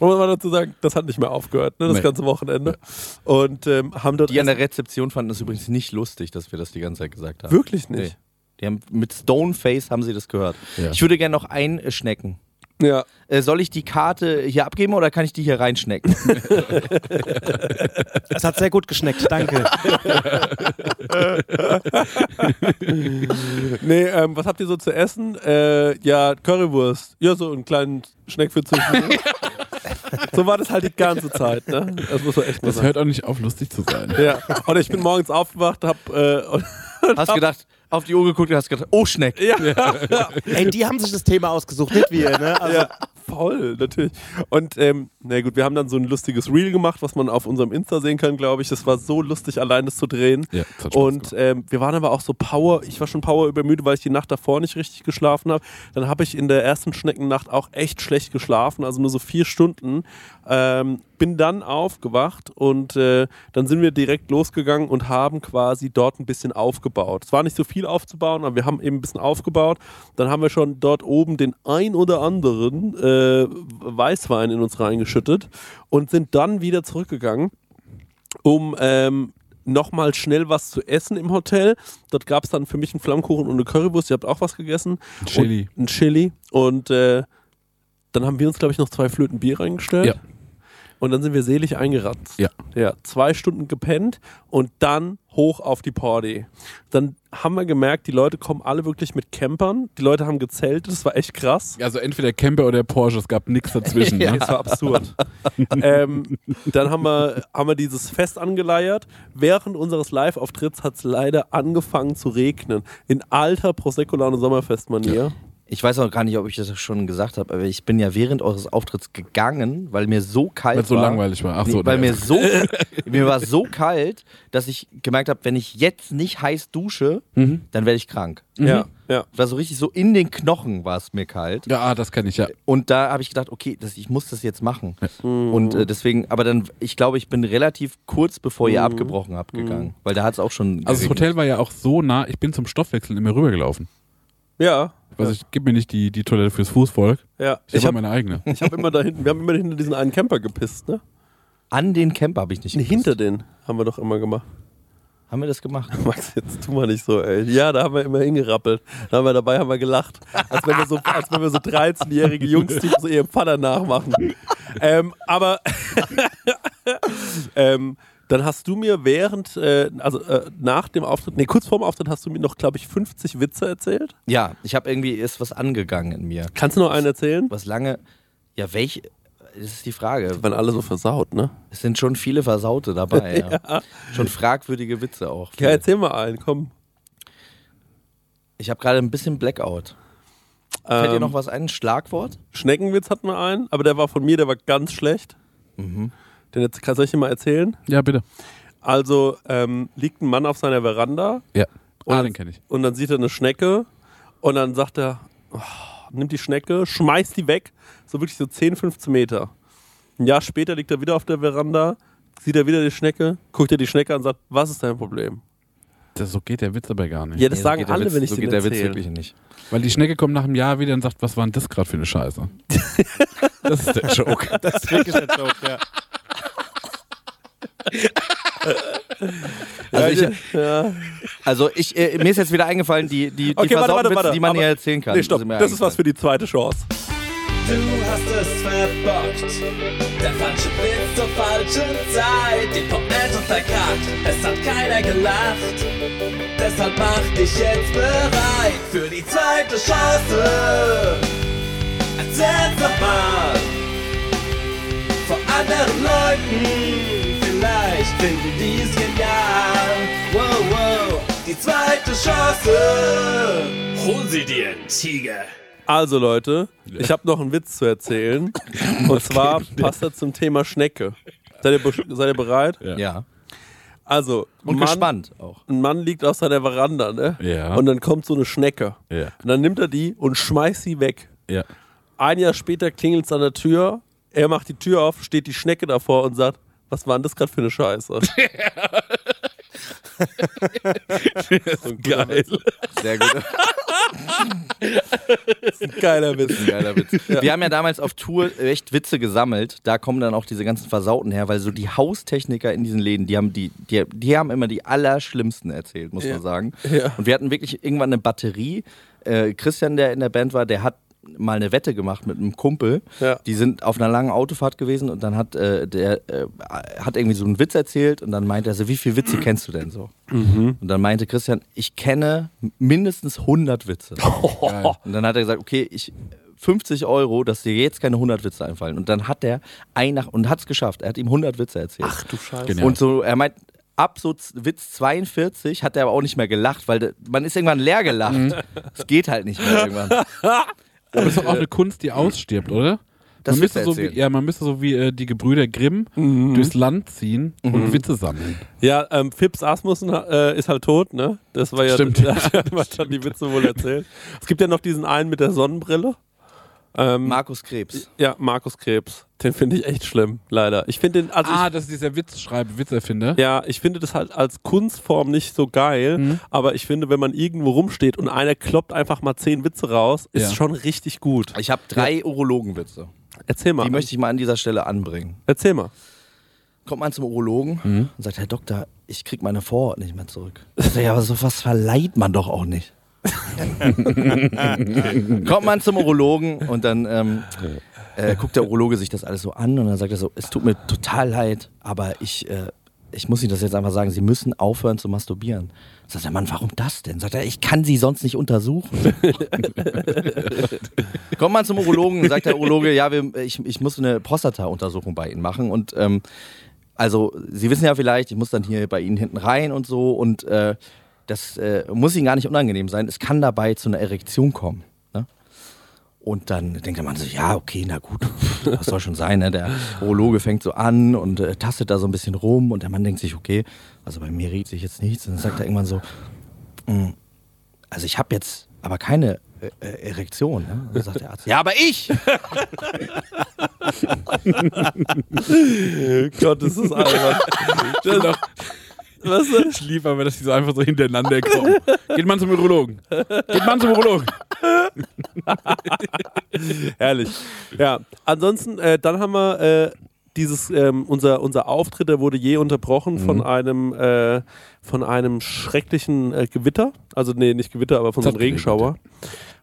Muss man dazu sagen, das hat nicht mehr aufgehört, ne, das Nee. ganze Wochenende. Und ähm, haben dort. Also- Die an der Rezeption fanden das übrigens nicht lustig, dass wir das die ganze Zeit gesagt haben. wirklich nicht. Die haben, mit Stoneface haben sie das gehört. Ja. Ich würde gerne noch einschnecken. Ja. Äh, soll ich die Karte hier abgeben oder kann ich die hier reinschnecken? Es hat sehr gut geschneckt, danke. Nee, ähm, was habt ihr so zu essen? Äh, ja, Currywurst. Ja, so einen kleinen Schneck für zwischendurch. so war das halt die ganze Zeit, ne? Das muss man echt mal Das sagen. hört auch nicht auf, lustig zu sein. Ja. Und ich bin morgens aufgewacht, hab. Äh, und Hast gedacht, auf die Uhr geguckt und hast gedacht, oh Schneck. Ey, die haben sich das Thema ausgesucht, nicht wir, ne? Also, ja, voll, natürlich. Und ähm, na gut, wir haben dann so ein lustiges Reel gemacht, was man auf unserem Insta sehen kann, glaube ich. Das war so lustig, allein das zu drehen. Ja, das hat Spaß und ähm, wir waren aber auch so Power, ich war schon Power übermüdet, weil ich die Nacht davor nicht richtig geschlafen habe. Dann habe ich in der ersten Schneckennacht auch echt schlecht geschlafen, also nur so vier Stunden. Ähm, bin dann aufgewacht und äh, dann sind wir direkt losgegangen und haben quasi dort ein bisschen aufgebaut. Es war nicht so viel aufzubauen, aber wir haben eben ein bisschen aufgebaut. Dann haben wir schon dort oben den ein oder anderen äh, Weißwein in uns reingeschüttet und sind dann wieder zurückgegangen um ähm, nochmal schnell was zu essen im Hotel. Dort gab es dann für mich einen Flammkuchen und eine Currywurst. Ihr habt auch was gegessen. Chili. Und ein Chili. Und äh, dann haben wir uns, glaube ich, noch zwei Flöten Bier reingestellt. Ja. Und dann sind wir selig eingeratzt. Ja. ja. Zwei Stunden gepennt und dann hoch auf die Party. Dann haben wir gemerkt, die Leute kommen alle wirklich mit Campern. Die Leute haben gezeltet. Das war echt krass. Also entweder Camper oder Porsche, es gab nichts dazwischen. Ja. Ne? Das war absurd. ähm, dann haben wir, haben wir dieses Fest angeleiert. Während unseres Live-Auftritts hat es leider angefangen zu regnen. In alter Prosecco-Laune Sommerfest-Manier. Ich weiß auch gar nicht, ob ich das schon gesagt habe, aber ich bin ja während eures Auftritts gegangen, weil mir so kalt Weil es so war. langweilig war. Ach so, nee, weil nee. mir so mir war so kalt, dass ich gemerkt habe, wenn ich jetzt nicht heiß dusche, Mhm. dann werde ich krank. Mhm. Ja, Mhm. ja. War so richtig so in den Knochen war es mir kalt. Ja, ah, das kann ich ja. Und da habe ich gedacht, okay, das, ich muss das jetzt machen. Und äh, deswegen, aber dann, ich glaube, ich bin relativ kurz bevor Mhm. ihr abgebrochen habt gegangen, weil da hat es auch schon. Also das geregnet. Hotel war ja auch so nah, ich bin zum Stoffwechsel immer rübergelaufen. Ja. Also ich gebe mir nicht die, die Toilette fürs Fußvolk. ja. Ich, Ich habe habe meine eigene. ich hab immer da hinten, wir haben immer hinter diesen einen Camper gepisst, ne? An den Camper habe ich nicht. Nee, gepisst. hinter den haben wir doch immer gemacht. Haben wir das gemacht? Max, jetzt tu mal nicht so, ey. Ja, da haben wir immer hingerappelt. Da haben wir, dabei haben wir gelacht. Als wenn wir so, als wenn wir so 13-jährige Jungs, die so ihren Vater nachmachen. Ähm, aber ähm, dann hast du mir während, äh, also äh, nach dem Auftritt, nee, kurz vorm Auftritt hast du mir noch, glaube ich, 50 Witze erzählt. Ja, ich habe irgendwie ist was angegangen in mir. Kannst du noch einen erzählen? Was lange. Ja, welche. Das ist die Frage. waren alle so versaut, ne? Es sind schon viele Versaute dabei. Ah, ja. Schon fragwürdige Witze auch. Ja, erzähl mal einen, komm. Ich habe gerade ein bisschen Blackout. Fällt dir Ähm, noch was ein? Ein Schlagwort? Schneckenwitz hatten wir einen, aber der war von mir, der war ganz schlecht. Mhm. Den jetzt, soll ich dir mal erzählen? Ja, bitte. Also ähm, liegt ein Mann auf seiner Veranda Ja. Ah, Und- den kenne ich. und dann sieht er eine Schnecke und dann sagt er, oh, nimmt die Schnecke, schmeißt die weg, so wirklich so 10, 15 Meter. Ein Jahr später liegt er wieder auf der Veranda, sieht er wieder die Schnecke, guckt er die Schnecke an und sagt, was ist dein Problem? Das, so geht der Witz aber gar nicht. Ja, das Nee, so sagen geht der alle, Witz- wenn ich so den geht der Witz erzähle. wirklich nicht. Weil die Schnecke kommt nach einem Jahr wieder und sagt, was war denn das gerade für eine Scheiße? das ist der Joke. das ist wirklich der Joke, ja. Also ich, also ich äh, mir ist jetzt wieder eingefallen, die, die, die Okay, warte, versauten warte, Witze, warte. die man Aber- hier erzählen kann. Nee, stopp, mir das ist was eingefallen. für die zweite Chance. Du hast es verbockt. Der falsche Witz zur falschen Zeit. Die Pointe verkackt. Es hat keiner gelacht. Deshalb mach dich jetzt bereit für die zweite Chance. Erzähl's nochmal. Vor anderen Leuten. Vielleicht finden die's genial. Wow, wow. Die zweite Chance. Hol sie dir, Tiger. Also Leute, ich habe noch einen Witz zu erzählen und zwar passt er zum Thema Schnecke. Seid ihr, be- seid ihr bereit? die- Ja. Also, Und Mann- gespannt auch. ein Mann liegt auf seiner Veranda, ne? Ja. Und dann kommt so eine Schnecke. Ja. Und dann nimmt er die und schmeißt sie weg. Ja. Ein Jahr später klingelt es an der Tür, er macht die Tür auf, steht die Schnecke davor und sagt, Was war denn das gerade für eine Scheiße? Geil. Sehr gut. Geiler Witz. Geiler Witz. Wir haben ja damals auf Tour echt Witze gesammelt. Da kommen dann auch diese ganzen Versauten her, weil so die Haustechniker in diesen Läden, die haben die, die, die haben immer die allerschlimmsten erzählt, muss man sagen. Und wir hatten wirklich irgendwann eine Batterie. Äh, Christian, der in der Band war, der hat mal eine Wette gemacht mit einem Kumpel. Ja. Die sind auf einer langen Autofahrt gewesen und dann hat äh, der äh, hat irgendwie so einen Witz erzählt und dann meinte er so, wie viele Witze kennst du denn so? Und dann meinte Christian, ich kenne mindestens 100 Witze. Und dann hat er gesagt, okay, ich 50 Euro, dass dir jetzt keine 100 Witze einfallen. Und dann hat er ein nach und hat es geschafft. Er hat ihm 100 Witze erzählt. Ach du Scheiße. Genial. Und so, er meint, ab so Z- Witz 42 hat er aber auch nicht mehr gelacht, weil de- man ist irgendwann leer gelacht. Es geht halt nicht mehr irgendwann. Aber das ist doch auch eine Kunst, die ausstirbt, oder? Das man müsste Witze so wie, erzählen. ja, man müsste so wie äh, die Gebrüder Grimm durchs Land ziehen und Witze sammeln. Ja, ähm, Fips Asmussen äh, ist halt tot, ne? Das war ja. Stimmt. Da hat man schon die Witze wohl erzählt. Es gibt ja noch diesen einen mit der Sonnenbrille. Ähm, Markus Krebs. ja, Markus Krebs. Den finde ich echt schlimm, leider. Ich finde den, also Ah, das ist dieser Witzschreiber, Witzerfinder. ich, ja, ich finde das halt als Kunstform nicht so geil, aber ich finde, wenn man irgendwo rumsteht und einer kloppt einfach mal zehn Witze raus, ist Ja. schon richtig gut. Ich habe drei Urologenwitze. Erzähl mal. Die möchte ich mal an dieser Stelle anbringen. Erzähl mal. kommt man zum Urologen und sagt, Herr Doktor, ich krieg meine Vorhaut nicht mehr zurück. Ich sag, ja, aber sowas verleiht man doch auch nicht. kommt man zum Urologen und dann ähm, äh, guckt der Urologe sich das alles so an und dann sagt er so, es tut mir total leid, aber ich, äh, ich muss Ihnen das jetzt einfach sagen, Sie müssen aufhören zu masturbieren. Sagt der Mann, warum das denn? Sagt er, ich kann Sie sonst nicht untersuchen. Kommt man zum Urologen und sagt der Urologe, ja, wir, ich, ich muss eine Prostata-Untersuchung bei Ihnen machen. Und ähm, also, Sie wissen ja vielleicht, ich muss dann hier bei Ihnen hinten rein und so. Und äh, das äh, muss Ihnen gar nicht unangenehm sein. Es kann dabei zu einer Erektion kommen. Ne? Und dann denkt der Mann so, ja, okay, na gut, das soll schon sein. Ne? Der Urologe fängt so an und äh, tastet da so ein bisschen rum. Und der Mann denkt sich, okay, also bei mir riecht sich jetzt nichts. Und dann sagt er irgendwann so, "Mm, also ich habe jetzt aber keine äh, äh, Erektion. Ne? Und dann sagt der Arzt, ja, aber ich! Gott, das ist albern. das, was ist Genau. Ich liebe aber, dass die so einfach so hintereinander kommen. Geht man zum Urologen. Geht man zum Urologen. Herrlich. Ja, ansonsten, äh, dann haben wir äh, dieses, ähm, unser, unser Auftritt, der wurde je unterbrochen Mhm. von einem äh, von einem schrecklichen äh, Gewitter. Also, nee, nicht Gewitter, aber von so Es einem hat geregnet, Regenschauer.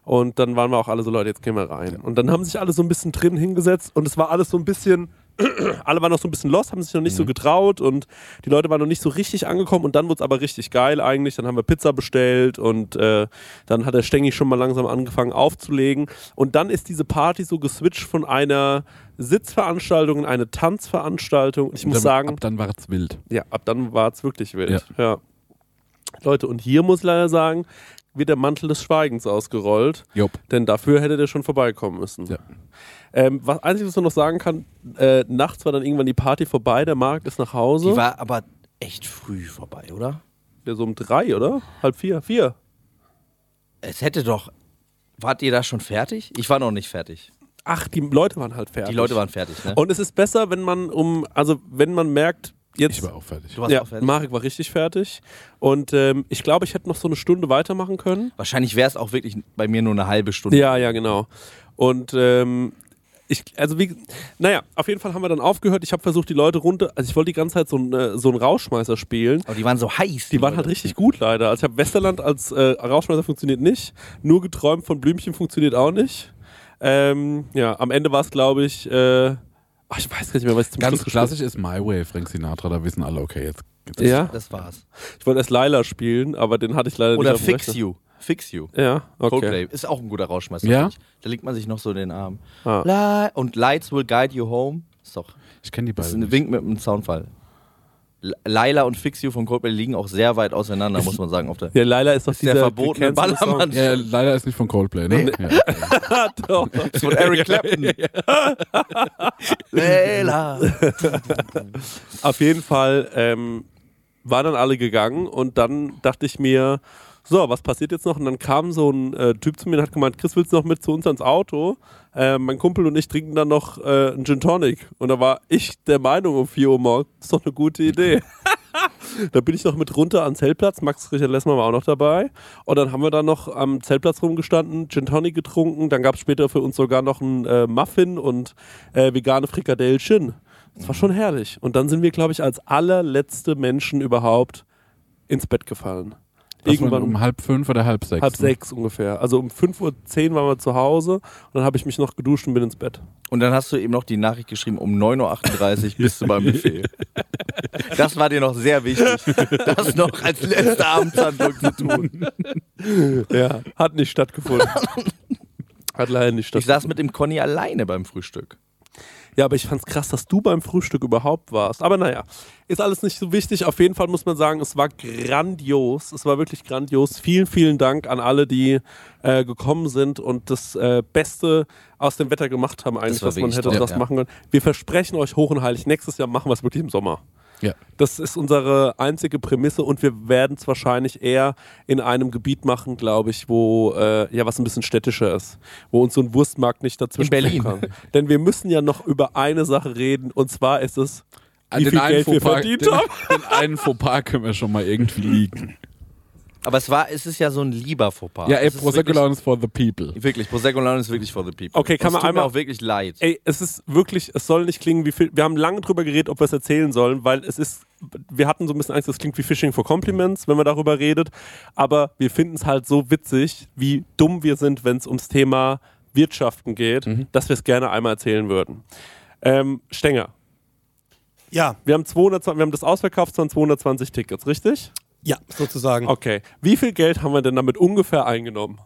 Und dann waren wir auch alle so, Leute, jetzt gehen wir rein. Und dann haben sich alle so ein bisschen drin hingesetzt und es war alles so ein bisschen, alle waren noch so ein bisschen lost, haben sich noch nicht so getraut und die Leute waren noch nicht so richtig angekommen und dann wurde es aber richtig geil eigentlich. Dann haben wir Pizza bestellt und äh, dann hat der Stengi schon mal langsam angefangen aufzulegen. Und dann ist diese Party so geswitcht von einer Sitzveranstaltung in eine Tanzveranstaltung. Ich muss dann, sagen, ab dann war es wild. ja, ab dann war es wirklich wild. Ja. Leute, und hier muss ich leider sagen, wird der Mantel des Schweigens ausgerollt. Jupp. Denn dafür hätte der schon vorbeikommen müssen. Ja. Ähm, was einziges, was man noch sagen kann, äh, nachts war dann irgendwann die Party vorbei, der Markt ist nach Hause. Die war aber echt früh vorbei, oder? ja, so um drei, oder? Halb vier, vier. Es hätte doch. Wart ihr da schon fertig? Ich war noch nicht fertig. Ach, die Leute waren halt fertig. Die Leute waren fertig, ne? Und es ist besser, wenn man um, also wenn man merkt, jetzt. Ich war auch fertig. du warst ja, auch fertig. Marek war richtig fertig. Und ähm, ich glaube, ich hätte noch so eine Stunde weitermachen können. Wahrscheinlich wäre es auch wirklich bei mir nur eine halbe Stunde. Ja, ja, genau. Und ähm, ich, also wie, naja, auf jeden Fall haben wir dann aufgehört. Ich habe versucht, die Leute runter, also ich wollte die ganze Zeit so einen äh, so einen Rauschmeißer spielen. Aber die waren so heiß. Die waren halt richtig gut leider. Also ich habe Westerland als äh, Rauschmeißer funktioniert nicht. Nur geträumt von Blümchen funktioniert auch nicht. Ähm, ja, am Ende war es, glaube ich, äh, ach, ich weiß gar nicht mehr, was ich zum Ganz Schluss gespielt klassisch ist My Way, Frank Sinatra. Da wissen alle, okay, jetzt. jetzt habe. Ja, Das war's. ich wollte erst Lila spielen, aber den hatte ich leider Oder nicht. auf dem Fix Rechner. You. Fix You. Ja, okay. Coldplay. Ist auch ein guter Rauschmeister. Ja? finde ich. Da legt man sich noch so den Arm. Ah. La- Und Lights will guide you home. Ist doch. Ich kenne die Das ist beiden. ein Nicht. Wink mit einem Soundfall. L- Laila und Fix You von Coldplay liegen auch sehr weit auseinander, muss man sagen. Auf der Ja, Lila ist doch der dieser verbotene gecancelte Song. Ballermann. Ja, leider ist nicht von Coldplay, ne? Ja. Doch. von Eric Clapton. Leila. Auf jeden Fall ähm, waren dann alle gegangen und dann dachte ich mir, so, was passiert jetzt noch? Und dann kam so ein äh, Typ zu mir und hat gemeint, Chris, willst du noch mit zu uns ans Auto? Äh, mein Kumpel und ich trinken dann noch äh, einen Gin Tonic. Und da war ich der Meinung um 4 Uhr morgens, das ist doch eine gute Idee. Da bin ich noch mit runter ans Zeltplatz. Max Richard Lessmann war auch noch dabei. Und dann haben wir da noch am Zeltplatz rumgestanden, Gin Tonic getrunken. Dann gab es später für uns sogar noch einen äh, Muffin und äh, vegane Frikadellchen. Das war schon herrlich. Und dann sind wir, glaube ich, als allerletzte Menschen überhaupt ins Bett gefallen. Das war Irgendwann um halb fünf oder halb sechs. ne? halb sechs ungefähr. Also um 5.10 Uhr zehn waren wir zu Hause. Und dann habe ich mich noch geduscht und bin ins Bett. Und dann hast du eben noch die Nachricht geschrieben, um 9.38 Uhr bist du beim Buffet. Das war dir noch sehr wichtig, das noch als letzte Amtshandlung zu tun. Ja, hat nicht stattgefunden. Hat leider nicht Ich stattgefunden. saß mit dem Conny alleine beim Frühstück. Ja, aber ich fand's krass, dass du beim Frühstück überhaupt warst. Aber naja, ist alles nicht so wichtig. Auf jeden Fall muss man sagen, es war grandios. Es war wirklich grandios. Vielen, vielen Dank an alle, die äh, gekommen sind und das äh, Beste aus dem Wetter gemacht haben, eigentlich, war was man wirklich hätte toll, das ja. machen können. Wir versprechen euch hoch und heilig, nächstes Jahr machen wir es wirklich im Sommer. Ja. Das ist unsere einzige Prämisse und wir werden es wahrscheinlich eher in einem Gebiet machen, glaube ich, wo äh, ja was ein bisschen städtischer ist, wo uns so ein Wurstmarkt nicht dazwischen Berlin. kommen kann. Denn wir müssen ja noch über eine Sache reden und zwar ist es, wie den viel einen Geld wir Fauxpas- verdient den, haben. den einen Fauxpas können wir schon mal irgendwie liegen. Aber es war, es ist ja so ein lieber Fauxpas. Ja, ey, Es ist Prosecco Laune ist for the people. Wirklich, wirklich, Prosecco Laune ist wirklich for the people. Okay, kann es man tut einmal- mir auch wirklich leid. Ey, es ist wirklich, es soll nicht klingen wie viel. Wir haben lange drüber geredet, ob wir es erzählen sollen, weil es ist. Wir hatten so ein bisschen Angst, es klingt wie Fishing for Compliments, wenn man darüber redet. Aber wir finden es halt so witzig, wie dumm wir sind, wenn es ums Thema Wirtschaften geht, Mhm. dass wir es gerne einmal erzählen würden. Ähm, Stenger, Ja, wir haben, 220, wir haben das ausverkauft, es waren 220 Tickets, richtig? ja, sozusagen. Okay. Wie viel Geld haben wir denn damit ungefähr eingenommen?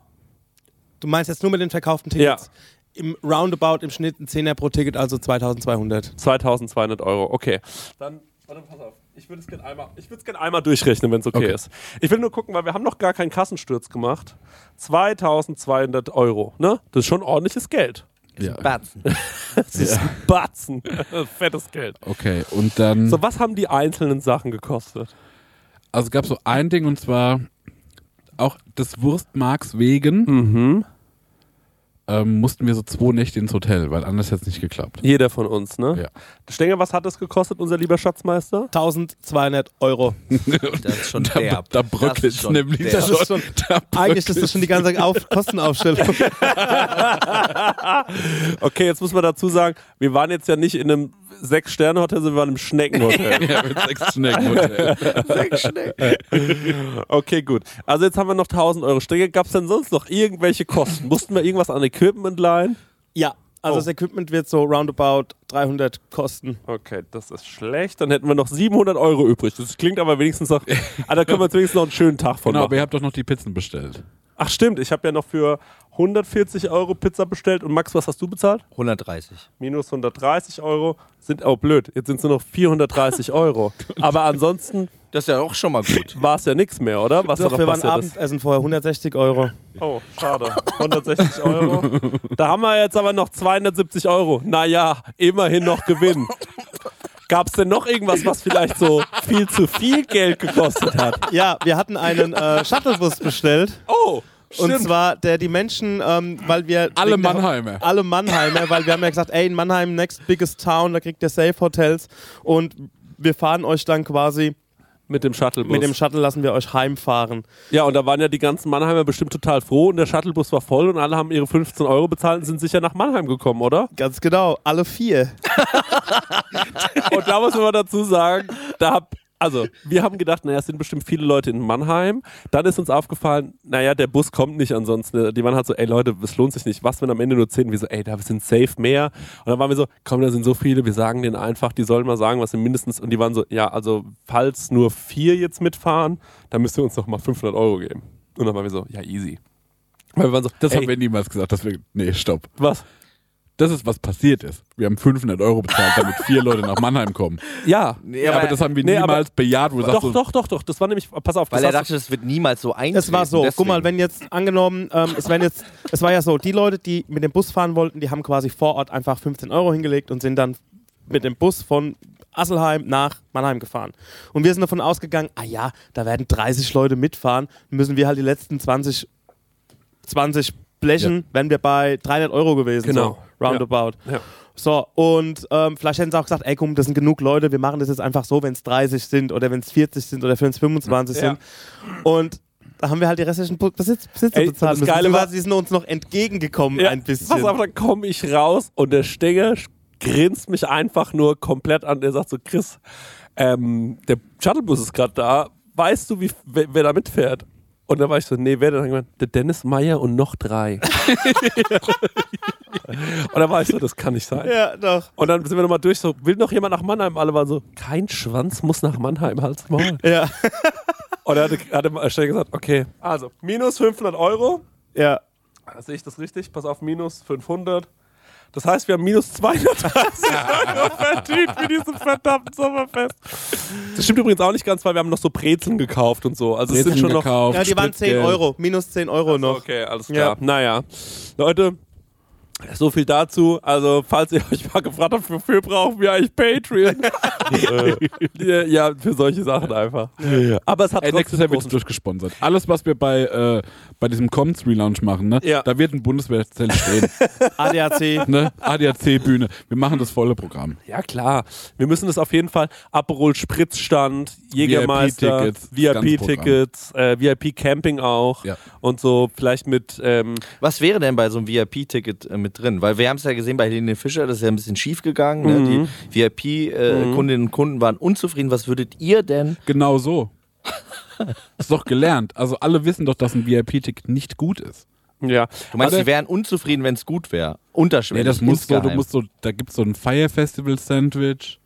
Du meinst jetzt nur mit den verkauften Tickets? Ja. Im Roundabout im Schnitt ein Zehner pro Ticket, also 2200. 2200 Euro, okay. Dann, warte, pass auf. Ich würde es gerne einmal, ich würd's gern einmal durchrechnen, wenn es okay, Okay. ist. Ich will nur gucken, weil wir haben noch gar keinen Kassensturz gemacht. 2200 Euro, ne? Das ist schon ordentliches Geld. Ja. Batzen. Das ist ein Batzen. Fettes Geld. Okay, und dann. So, was haben die einzelnen Sachen gekostet? Also es gab so ein Ding und zwar auch des Wurstmarks wegen ähm, mussten wir so zwei Nächte ins Hotel, weil anders hätte es nicht geklappt. Jeder von uns, ne? Ja. Stenger, was hat es gekostet, unser lieber Schatzmeister? 1200 Euro. Das ist schon Da, derb. da Das ist bröckelt schon nämlich. derb. Das ist schon, da Eigentlich ist das schon die ganze Auf Kostenaufstellung. Okay, jetzt muss man dazu sagen, wir waren jetzt ja nicht in einem Sechs-Sterne-Hotel, sondern wir waren im Schneckenhotel. ja, mit sechs Schneckenhotel. Okay, gut. Also jetzt haben wir noch 1000 Euro Strecke. Gab es denn sonst noch irgendwelche Kosten? Mussten wir irgendwas an Equipment leihen? ja, also Oh. das Equipment wird so roundabout 300 kosten. Okay, das ist schlecht. Dann hätten wir noch 700 Euro übrig. Das klingt aber wenigstens noch... ah, da können wir uns wenigstens noch einen schönen Tag von Genau, aber machen. ihr habt doch noch die Pizzen bestellt. Ach stimmt, ich habe ja noch für 140 Euro Pizza bestellt. Und Max, was hast du bezahlt? 130. Minus 130 Euro. Sind, oh blöd, jetzt sind es nur noch 430 Euro. aber ansonsten Das ist ja auch schon mal gut. war es ja nichts mehr, oder? Was Doch, noch wir waren passiert ist. Abendessen vorher 160 Euro. Oh, schade. 160 Euro. Da haben wir jetzt aber noch 270 Euro. Naja, immerhin noch Gewinn. Gab es denn noch irgendwas, was vielleicht so viel zu viel Geld gekostet hat? Ja, wir hatten einen äh, Shuttlebus bestellt. Oh, stimmt. Und zwar, der die Menschen, ähm, weil wir. Alle wegen der- Mannheimer. Alle Mannheimer, weil wir haben ja gesagt, ey, in Mannheim, next biggest town, da kriegt ihr Safe Hotels. Und wir fahren euch dann quasi, mit dem Shuttlebus. mit dem Shuttle lassen wir euch heimfahren. ja, und da waren ja die ganzen Mannheimer bestimmt total froh und der Shuttlebus war voll und alle haben ihre 15 Euro bezahlt und sind sicher nach Mannheim gekommen, oder? Ganz genau, alle vier. Und da muss man mal dazu sagen, da hab, also wir haben gedacht, naja, es sind bestimmt viele Leute in Mannheim. Dann ist uns aufgefallen, naja, der Bus kommt nicht ansonsten. Die waren halt so, ey Leute, es lohnt sich nicht. Was, wenn am Ende nur 10? Wir so, ey, da sind safe mehr. Und dann waren wir so, komm, da sind so viele, wir sagen denen einfach, die sollen mal sagen, was sind mindestens. Und die waren so, ja, also falls nur vier jetzt mitfahren, dann müsst ihr uns noch mal 500 Euro geben. Und dann waren wir so, ja, easy. Weil wir waren so, Das ey, haben wir niemals gesagt. Dass wir, nee, stopp. was? Das ist, was passiert ist. Wir haben 500 Euro bezahlt, damit vier Leute nach Mannheim kommen. Ja. aber- aber das haben wir Nee, aber- niemals bejaht. Wo du sagst, Doch, so, doch, doch, doch. Das war nämlich, pass auf, Weil das er hast du- dachte, das wird niemals so eintreten. Es war so, guck mal, Deswegen. wenn jetzt angenommen, ähm, es, wären jetzt, es war ja so, die Leute, die mit dem Bus fahren wollten, die haben quasi vor Ort einfach 15 Euro hingelegt und sind dann mit dem Bus von Asselheim nach Mannheim gefahren. Und wir sind davon ausgegangen, ah ja, da werden 30 Leute mitfahren, müssen wir halt die letzten 20, 20 blechen, wären wir bei 300 Euro gewesen. Genau. So, roundabout. Ja. So, und ähm, vielleicht hätten sie auch gesagt, ey komm, das sind genug Leute, wir machen das jetzt einfach so, wenn es 30 sind oder wenn es 40 sind oder wenn es 25 Ja. sind. Und da haben wir halt die restlichen Bu- Besitz, Besitzer Ey, und bezahlt das müssen. Geile Sie war- war, sie sind uns noch entgegengekommen ein bisschen. Pass auf, dann komme ich raus und der Stenger grinst mich einfach nur komplett an. Der sagt so, Chris, ähm, der Shuttlebus ist gerade da. Weißt du, wie, wer, wer da mitfährt? Und dann war ich so, nee, wer denn? Und dann hat er gemeint, Der Dennis Meyer und noch drei. und dann war ich so, das kann nicht sein. ja, doch. Und dann sind wir nochmal durch, so, will noch jemand nach Mannheim? Alle waren so, kein Schwanz muss nach Mannheim, halt's Maul. Ja, Und dann hatte, hatte schnell gesagt, okay, also, minus 500 Euro, ja. Ah, Sehe ich das richtig? Pass auf, minus 500. Das heißt, wir haben minus 230 Euro verdient für diesen verdammten Sommerfest. Das stimmt übrigens auch nicht ganz, weil wir haben noch so Brezeln gekauft und so. Also es sind schon noch... ja die waren 10 Euro, minus 10 Euro noch. Okay, alles Ja. klar. Naja, Leute, so viel dazu. Also, falls ihr euch mal gefragt habt, wofür brauchen wir eigentlich Patreon? Äh, ja, für solche Sachen einfach. Aber es hat Ey, nächstes Jahr trotzdem wird es großen durchgesponsert. Alles, was wir bei, äh, bei diesem Comms Relaunch machen, ne? Ja. da wird ein Bundeswehrzelt stehen. ADAC. ne? ADAC-Bühne. Wir machen das volle Programm. Ja, klar. Wir müssen das auf jeden Fall. Aperol Spritzstand, Jägermeister, VIP-Tickets, VIP-Tickets, äh, VIP-Camping auch Ja. und so. Vielleicht mit. Ähm, Was wäre denn bei so einem VIP-Ticket äh, mit drin? Weil wir haben es ja gesehen bei Helene Fischer, das ist ja ein bisschen schief gegangen. Mhm. Ne? Die VIP-Kundinnen und Kunden waren unzufrieden. Was würdet ihr denn? Genau so. ist doch gelernt. Also alle wissen doch, dass ein VIP-Ticket nicht gut ist. ja. Du meinst, Warte. die wären unzufrieden, wenn es gut wäre. Unterschwellig. Nee, das musst du, du insgeheim. musst so, da gibt's so ein Fire Festival Sandwich.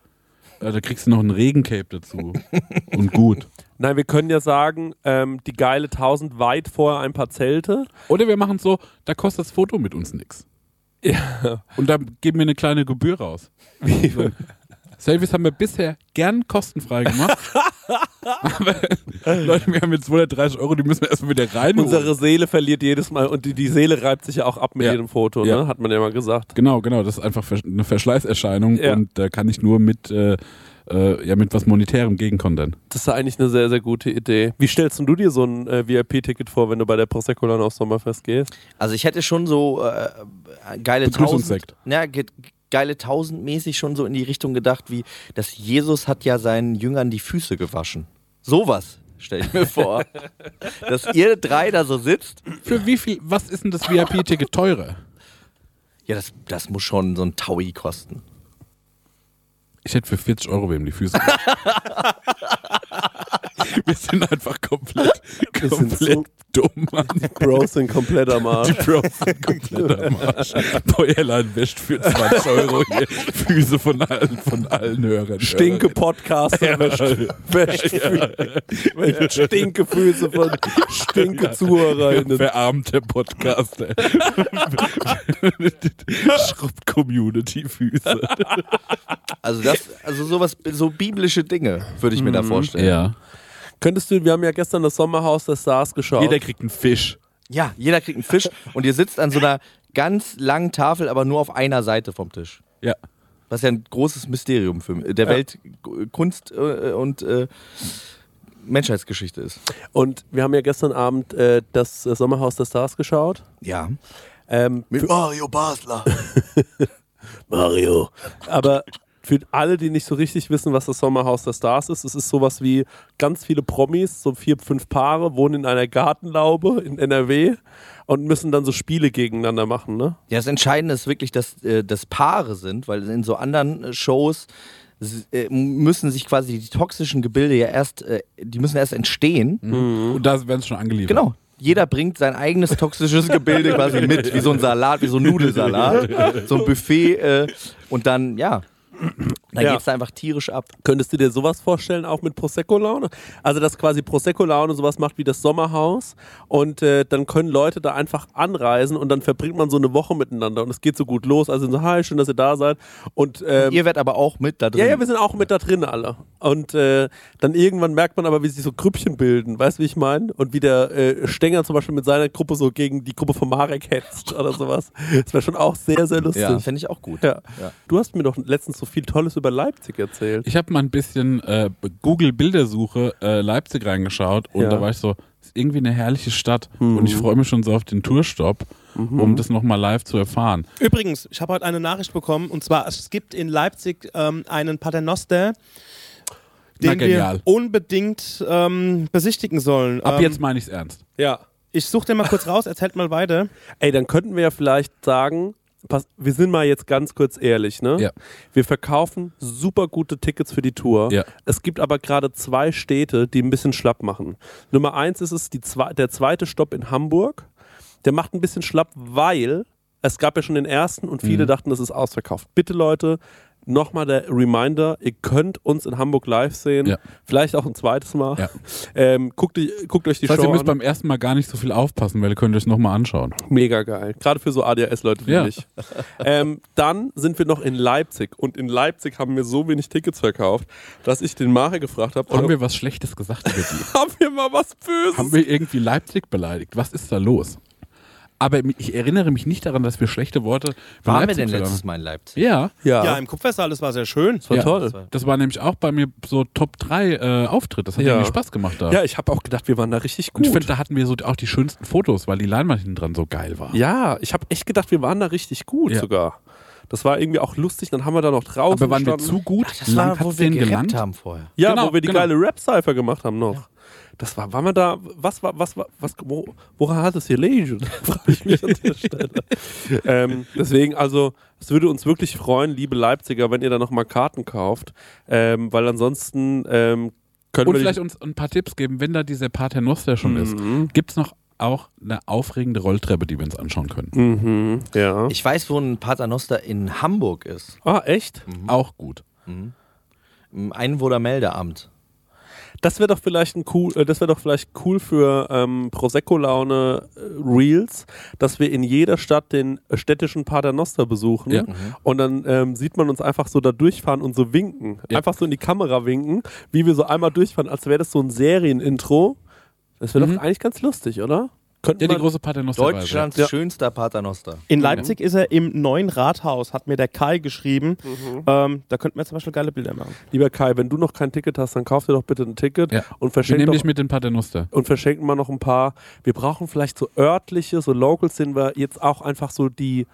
Äh, Da kriegst du noch ein Regencape dazu. Und gut. Nein, wir können ja sagen, ähm, die geile 1000 weit vorher ein paar Zelte. Oder wir machen so, da kostet das Foto mit uns nix. Und da geben wir eine kleine Gebühr raus. So. Selfies haben wir bisher gern kostenfrei gemacht. Aber Leute, wir haben jetzt 230 Euro, die müssen wir erstmal wieder rein. Unsere Seele verliert jedes Mal und die, die Seele reibt sich ja auch ab mit Ja. jedem Foto, Ja. ne? hat man ja mal gesagt. Genau, genau, das ist einfach versch- eine Verschleißerscheinung Ja. und da kann ich nur mit, äh, äh, ja, mit was Monetärem gegenkontern. Das ist eigentlich eine sehr, sehr gute Idee. Wie stellst denn du dir so ein äh, VIP-Ticket vor, wenn du bei der Prosecco-Lan aufs Sommerfest gehst? Also ich hätte schon so äh, geile Begrüßungssekt. 1000, na, ge geile tausendmäßig schon so in die Richtung gedacht, wie dass Jesus hat ja seinen Jüngern die Füße gewaschen. Sowas stelle ich mir vor, dass ihr drei da so sitzt. Für wie viel, was ist denn das VIP-Ticket teurer? Ja, das, das muss schon so ein Taui kosten. Ich hätte für 40 Euro wem die Füße. gewaschen. Wir sind einfach komplett, sind komplett so- dumm, Mann. Bros sind komplett am Arsch. Die Pros sind komplett am Arsch. Bäuerlein wäscht für 20 Euro hier Füße von allen, von allen Hörern. Stinke Podcaster wäscht, wäscht, wäscht stinke Füße von stinke Hörerinnen. Zuhörerinnen. Verarmte Podcaster. Schrubbt Community-Füße. Also das, also sowas, so biblische Dinge würde ich mir da vorstellen. Ja. Könntest du, wir haben ja gestern das Sommerhaus der Stars geschaut. Jeder kriegt einen Fisch. Ja, jeder kriegt einen Fisch und ihr sitzt an so einer ganz langen Tafel, aber nur auf einer Seite vom Tisch. Ja. Was ja ein großes Mysterium für der Welt K- Kunst äh, und äh, Menschheitsgeschichte ist. Und wir haben ja gestern Abend äh, das äh, Sommerhaus der Stars geschaut. Ja. Ähm, Mit Mario Basler. Mario. Aber für alle, die nicht so richtig wissen, was das Sommerhaus der Stars ist, es ist sowas wie ganz viele Promis, so vier, fünf Paare, wohnen in einer Gartenlaube in NRW und müssen dann so Spiele gegeneinander machen, ne? Ja, das Entscheidende ist wirklich, dass äh, das Paare sind, weil in so anderen äh, Shows s- äh, müssen sich quasi die toxischen Gebilde ja erst, äh, die müssen erst entstehen. Mhm. Und da werden sie schon angeliefert. Genau. Jeder bringt sein eigenes toxisches Gebilde quasi mit, wie so ein Salat, wie so ein Nudelsalat, so ein Buffet äh, und dann, ja, dann Ja. geht's da einfach tierisch ab. Könntest du dir sowas vorstellen, auch mit Prosecco-Laune? Also, dass quasi Prosecco-Laune sowas macht wie das Sommerhaus und äh, dann können Leute da einfach anreisen und dann verbringt man so eine Woche miteinander und es geht so gut los. Also, so, hi, schön, dass ihr da seid. Und, ähm, Ihr werdet aber auch mit da drin. ja, ja, wir sind auch mit da drin alle. Und äh, dann irgendwann merkt man aber, wie sich so Grüppchen bilden. Weißt du, wie ich meine? Und wie der äh, Stenger zum Beispiel mit seiner Gruppe so gegen die Gruppe von Marek hetzt oder sowas. Das wäre schon auch sehr, sehr lustig. ja, fände ich auch gut. Ja. Du hast mir doch letztens so viel Tolles über Leipzig erzählt. Ich habe mal ein bisschen äh, Google Bildersuche äh, Leipzig reingeschaut und Ja. Mhm. da war ich so, ist irgendwie eine herrliche Stadt und ich freue mich schon so auf den Tourstopp, um das nochmal live zu erfahren. Übrigens, ich habe heute eine Nachricht bekommen und zwar, es gibt in Leipzig ähm, einen Paternoster, Na, den wir genial. unbedingt ähm, besichtigen sollen. Ab ähm, jetzt meine ich es ernst. Ja. Ich suche den mal kurz raus, erzählt mal weiter. Ey, dann könnten wir ja vielleicht sagen, pass, wir sind mal jetzt ganz kurz ehrlich, ne? Ja. Wir verkaufen super gute Tickets für die Tour. Ja. Es gibt aber gerade zwei Städte, die ein bisschen schlapp machen. Nummer eins ist es die zwei, der zweite Stopp in Hamburg. Der macht ein bisschen schlapp, weil es gab ja schon den ersten und Mhm. viele dachten, das ist ausverkauft. Bitte Leute, nochmal der Reminder, ihr könnt uns in Hamburg live sehen. Ja. Vielleicht auch ein zweites Mal. Ja. Ähm, guckt, die- guckt euch die Das heißt, Show ihr müsst an. beim ersten Mal gar nicht so viel aufpassen, weil ihr könnt euch nochmal anschauen. Mega geil. Gerade für so ADHS-Leute wie Ja. ich. Ähm, dann sind wir noch in Leipzig. Und in Leipzig haben wir so wenig Tickets verkauft, dass ich den Mare gefragt habe, Haben ob- wir was Schlechtes gesagt über die? haben wir mal was Böses? Haben wir irgendwie Leipzig beleidigt? Was ist da los? Aber ich erinnere mich nicht daran, dass wir schlechte Worte über Waren wir Leipzig denn verloren letztes haben. Mal in Leipzig? Ja, ja, Ja, im Kupfersaal, das war sehr schön. war Ja. toll. das war nämlich auch bei mir so Top 3 äh, Auftritt. Das hat Ja. irgendwie Spaß gemacht da. Ja, ich habe auch gedacht, wir waren da richtig Und gut. ich finde, da hatten wir so auch die schönsten Fotos, weil die Leinwand hinten dran so geil war. ja, ich habe echt gedacht, wir waren da richtig gut Ja. sogar. Das war irgendwie auch lustig. Dann haben wir da noch draußen Aber waren wir gestanden. zu gut? Das war, hat's wo wir denen gerappt gelangt? haben vorher. Ja, Genau, wo wir die genau. geile Rap-Cypher gemacht haben noch. Das war, waren wir da, was war, was war, was, wo, woran hat es hier gelegen? Frage ich mich an der Stelle. ähm, deswegen, also, es würde uns wirklich freuen, liebe Leipziger, wenn ihr da nochmal Karten kauft, ähm, weil ansonsten ähm, können Und wir. vielleicht uns ein paar Tipps geben, wenn da dieser Paternoster schon Mhm. ist. Gibt es noch auch eine aufregende Rolltreppe, die wir uns anschauen können? die, mhm, ja. Ich weiß, wo ein Paternoster in Hamburg ist. ah, echt? Mhm. Auch gut. Im Einwohnermeldeamt. Das wäre doch vielleicht ein cool, äh, das wäre doch vielleicht cool für ähm, Prosecco Laune äh, Reels, dass wir in jeder Stadt den äh, städtischen Paternoster besuchen Ja. mhm. und dann ähm, sieht man uns einfach so da durchfahren und so winken, einfach so in die Kamera winken, wie wir so einmal durchfahren, als wäre das so ein Serienintro. Das wäre doch eigentlich ganz lustig, oder? Könnten Mhm. Ja, die wir- große Paternosterreise. Deutschlands schönster Paternoster. In Leipzig ist er im neuen Rathaus, hat mir der Kai geschrieben. Mhm. Ähm, da könnten wir zum Beispiel geile Bilder machen. lieber Kai, wenn du noch kein Ticket hast, dann kauf dir doch bitte ein Ticket Ja. und Wir verschenk nehmen doch dich mit den Paternoster. und verschenken mal noch ein paar. Wir brauchen vielleicht so örtliche, so Locals sind wir jetzt auch einfach so die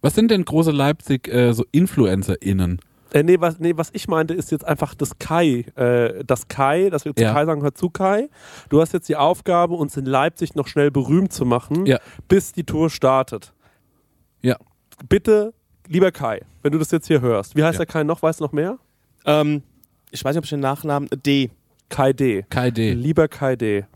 Was sind denn große Leipzig äh, so InfluencerInnen? Äh, nee, was, nee, was ich meinte, ist jetzt einfach das Kai. Äh, das Kai, dass wir zu Ja. Kai sagen, hör zu Kai. Du hast jetzt die Aufgabe, uns in Leipzig noch schnell berühmt zu machen, Ja. bis die Tour startet. Ja. Bitte, lieber Kai, wenn du das jetzt hier hörst. Wie heißt Ja. der Kai noch? Weißt du noch mehr? Ähm, ich weiß nicht, ob ich den Nachnamen D. Kai D. Kai D. Lieber Kai D.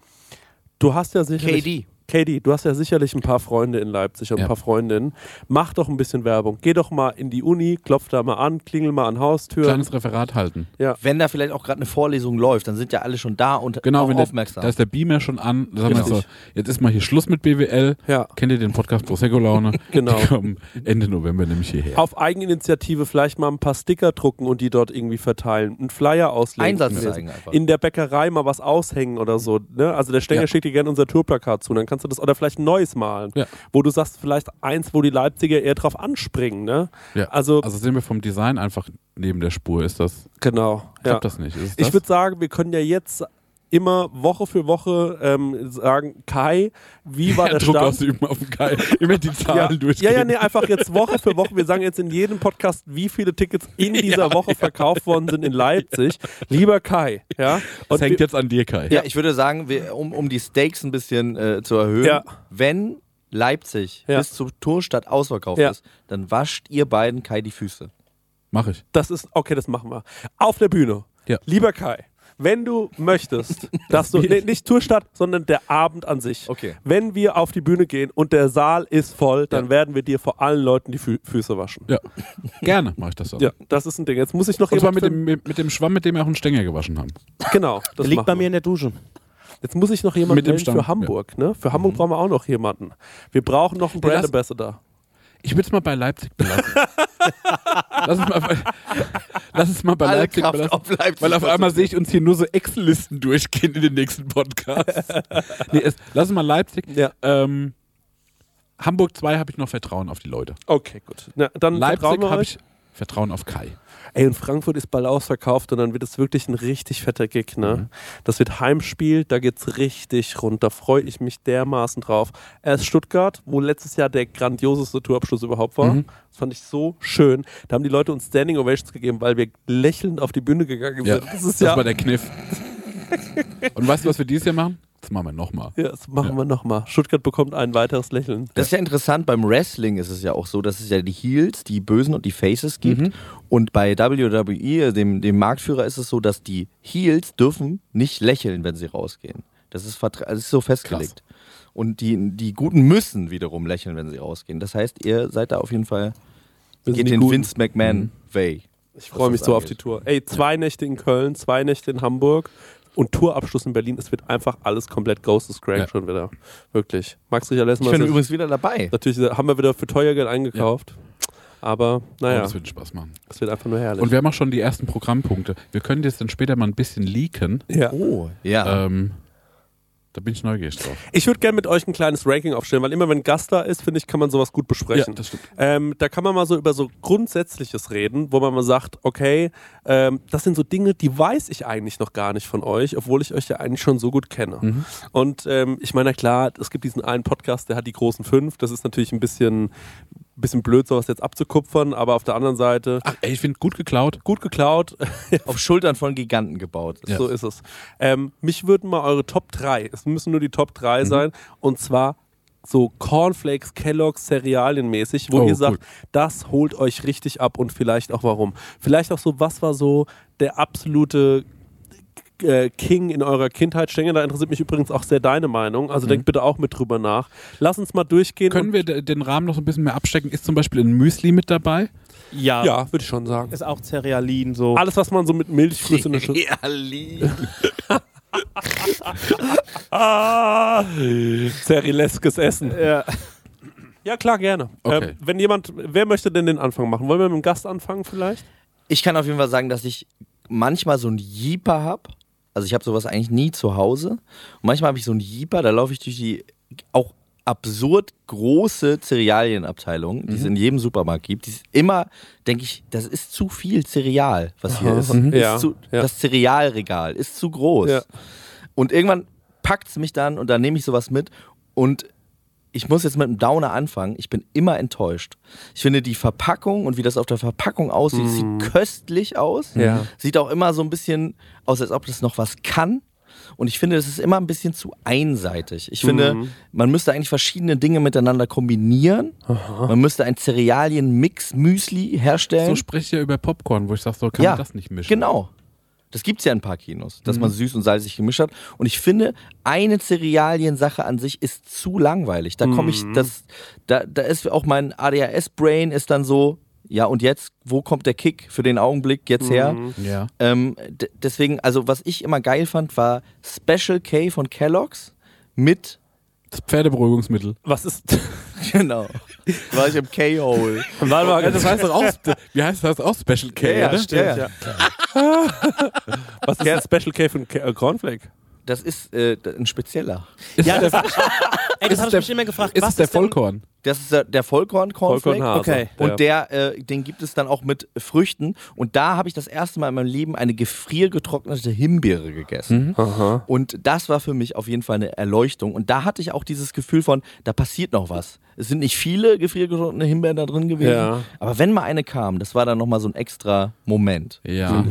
Du hast ja sicherlich... KD. KD, du hast ja sicherlich ein paar Freunde in Leipzig und ein Ja. paar Freundinnen. Mach doch ein bisschen Werbung. Geh doch mal in die Uni, klopf da mal an, klingel mal an Haustür. Kleines Referat halten. Wenn da vielleicht auch gerade eine Vorlesung läuft, dann sind ja alle schon da und Genau, auch wenn der, aufmerksam. da ist der Beamer schon an. Da sagen wir Richtig. so, jetzt ist mal hier Schluss mit BWL. Ja. Kennt ihr den Podcast Prosecco Laune? Genau. Die kommen Ende November nämlich hierher. auf Eigeninitiative vielleicht mal ein paar Sticker drucken und die dort irgendwie verteilen, einen Flyer auslegen. Einsatz zeigen einfach. In der Bäckerei mal was aushängen oder so. Ne? Also der Stenger Ja. schickt dir gerne unser Tourplakat zu, dann kannst du das oder vielleicht ein neues malen, Ja. wo du sagst, vielleicht eins, wo die Leipziger eher drauf anspringen. Ne? Ja. Also, Also sind wir vom Design einfach neben der Spur. Ist das? genau. Ich Ja. glaube das nicht. Ist es das? Ich würde sagen, wir können ja jetzt immer Woche für Woche ähm, sagen, Kai, wie war der Druck Stand? ausüben auf den Kai. Immer die Zahlen Ja, durchgehen. ja, ja, nee, einfach jetzt Woche für Woche. Wir sagen jetzt in jedem Podcast, wie viele Tickets in dieser Woche verkauft worden sind in Leipzig. Lieber Kai, ja. Das hängt wir, jetzt an dir, Kai. ja, ich würde sagen, wir, um, um die Stakes ein bisschen äh, zu erhöhen, Ja. wenn Leipzig Ja. bis zur Tourstadt ausverkauft Ja. ist, dann wascht ihr beiden Kai die Füße. Mach ich. das ist, okay, das machen wir. Auf der Bühne. Ja. Lieber Kai. Wenn du möchtest, dass du, nee, nicht Tourstadt, sondern der Abend an sich. Okay. Wenn wir auf die Bühne gehen und der Saal ist voll, dann werden wir dir vor allen Leuten die Fü Füße waschen. Ja. Gerne mache ich das auch. Ja, das ist ein Ding. Jetzt muss ich noch Und zwar jemand mit finden- dem, mit, mit dem Schwamm, mit dem wir auch einen Stänger gewaschen haben. Genau, das Der liegt machen bei wir. mir in der Dusche. Jetzt muss ich noch jemanden Mit dem melden Stamm, Mhm. für Hamburg. Ne? Für Hamburg brauchen wir auch noch jemanden. Wir brauchen noch einen Ja, Brand lass- Ambassador. Ich würde es mal bei Leipzig belassen. lass, es mal bei, lass es mal bei Alle Leipzig Kraft belassen. auf Leipzig. Weil auf einmal sehe ich uns hier nur so Excel-Listen durchgehen in den nächsten Podcasts. nee, es, lass es mal Leipzig. Ja. Ähm, Hamburg 2 habe ich noch Vertrauen auf die Leute. Okay, gut. Na, dann Leipzig Hm, vertrauen wir habe euch. ich Vertrauen auf Kai. Ey, und Frankfurt ist bald ausverkauft und dann wird es wirklich ein richtig fetter Gig, ne? Mhm. Das wird Heimspiel, da geht's richtig rund. Da freue ich mich dermaßen drauf. Erst Stuttgart, wo letztes Jahr der grandioseste Tourabschluss überhaupt war. Mhm. Das fand ich so schön. Da haben die Leute uns Standing Ovations gegeben, weil wir lächelnd auf die Bühne gegangen sind. Das ist ja. war der Kniff. Und weißt du, was wir dieses Jahr machen? Das machen wir nochmal. ja, das machen wir nochmal. Stuttgart bekommt ein weiteres Lächeln. Das ist ja interessant, beim Wrestling ist es ja auch so, dass es ja die Heels, die Bösen und die Faces gibt. Mhm. Und bei WWE, dem, dem Marktführer, ist es so, dass die Heels dürfen nicht lächeln, wenn sie rausgehen. Das ist, vertra- das ist so festgelegt. Und die, die Guten müssen wiederum lächeln, wenn sie rausgehen. Das heißt, ihr seid da auf jeden Fall, Wir sind geht die den Guten. Mhm. Vince McMahon Way. Ich freue mich so auf die Tour. Ey, zwei Nächte in Köln, zwei Nächte in Hamburg und Tourabschluss in Berlin. Es wird einfach alles komplett Ghost is Crank Ja. schon wieder. Wirklich. Max Richard Ich Lessmann bin ist übrigens wieder dabei. natürlich, äh, haben wir wieder für teuer Geld eingekauft. Aber Oh, naja, das wird Spaß machen. es wird einfach nur herrlich. Und wir haben auch schon die ersten Programmpunkte. Wir können das dann später mal ein bisschen leaken. ja. Oh, ja. Ähm, da bin ich neugierig drauf. Ich würde gerne mit euch ein kleines Ranking aufstellen, weil immer wenn ein Gast da ist, finde ich, kann man sowas gut Ja, besprechen. das stimmt. Ähm, da kann man mal so über so Grundsätzliches reden, wo man mal sagt, okay, ähm, das sind so Dinge, die weiß ich eigentlich noch gar nicht von euch, obwohl ich euch ja eigentlich schon so gut kenne. Mhm. Und ähm, ich meine, na klar, es gibt diesen einen Podcast, der hat die großen fünf. Das ist natürlich ein bisschen, bisschen blöd, sowas jetzt abzukupfern, aber auf der anderen Seite Ach, ey, ich finde gut geklaut. gut geklaut. Auf Schultern von Giganten gebaut. Ja. So ist es. Ähm, mich würden mal eure Top 3, es müssen nur die Top 3 sein, und zwar so Cornflakes, Kellogg's, Cerealienmäßig, wo Oh, ihr sagt, cool. das holt euch richtig ab und vielleicht auch warum. Vielleicht auch so, was war so der absolute äh, King in eurer Kindheit? Stenge, da interessiert mich übrigens auch sehr deine Meinung, also denkt bitte auch mit drüber nach. Lass uns mal durchgehen. Können wir de- den Rahmen noch so ein bisschen mehr abstecken? Ist zum Beispiel ein Müsli mit dabei? Ja, und, ja, würde ich schon sagen. Ist auch Cerealin so. Alles, was man so mit Milchfluss in der Schüssel... Ah, Cerileskes Essen. Ja. Ja, klar, gerne. Okay. Ähm, wenn jemand, wer möchte denn den Anfang machen? Wollen wir mit dem Gast anfangen vielleicht? ich kann auf jeden Fall sagen, dass ich manchmal so ein Jeeper habe. Also ich habe sowas eigentlich nie zu Hause. Und manchmal habe ich so ein Jeeper, da laufe ich durch die auch absurd große Cerealienabteilung, Mhm. die es in jedem Supermarkt gibt. Die ist immer, denke ich, das ist zu viel Cereal, was hier ist. ist Mhm. Ja, zu, ja. Das Cerealregal ist zu groß. Ja. Und irgendwann packt es mich dann und dann nehme ich sowas mit und ich muss jetzt mit einem Downer anfangen. Ich bin immer enttäuscht. Ich finde die Verpackung und wie das auf der Verpackung aussieht, sieht köstlich aus. Ja. Sieht auch immer so ein bisschen aus, als ob das noch was kann. Und ich finde, das ist immer ein bisschen zu einseitig. Ich finde, man müsste eigentlich verschiedene Dinge miteinander kombinieren. Man müsste ein Cerealien-Mix-Müsli herstellen. So spreche ich ja über Popcorn, wo ich sage, so kann man das nicht mischen. Mhm. Genau. Das gibt es ja in ein paar Kinos, dass man süß und salzig gemischt hat. Und ich finde, eine Cerealien-Sache an sich ist zu langweilig. Da komme Mhm. ich, das, da, da ist auch mein ADHS-Brain ist dann so, ja und jetzt, wo kommt der Kick für den Augenblick jetzt her? Ja. Ähm, d- deswegen, also was ich immer geil fand, war Special K von Kellogg's mit, Das Pferdeberuhigungsmittel. Was ist. genau, war ich im K-Hole. Warte mal, Das heißt doch auch, wie heißt das auch Special K, oder? ja, ja. was ist ein Special K von K äh, Cornflake? Das ist äh, ein spezieller. ja, das, ey, das habe ich mich immer gefragt. Ist was es der ist denn- Vollkorn? Das ist der, der Vollkorn-Cornflake. Vollkornhase. Okay. Ja. Und der, äh, den gibt es dann auch mit Früchten. Und da habe ich das erste Mal in meinem Leben eine gefriergetrocknete Himbeere Mhm. gegessen. Und das war für mich auf jeden Fall eine Erleuchtung. Und da hatte ich auch dieses Gefühl von, da passiert noch was. Es sind nicht viele gefriergetrocknete Himbeeren da drin gewesen. Ja. Aber wenn mal eine kam, das war dann nochmal so ein extra Moment. Ja.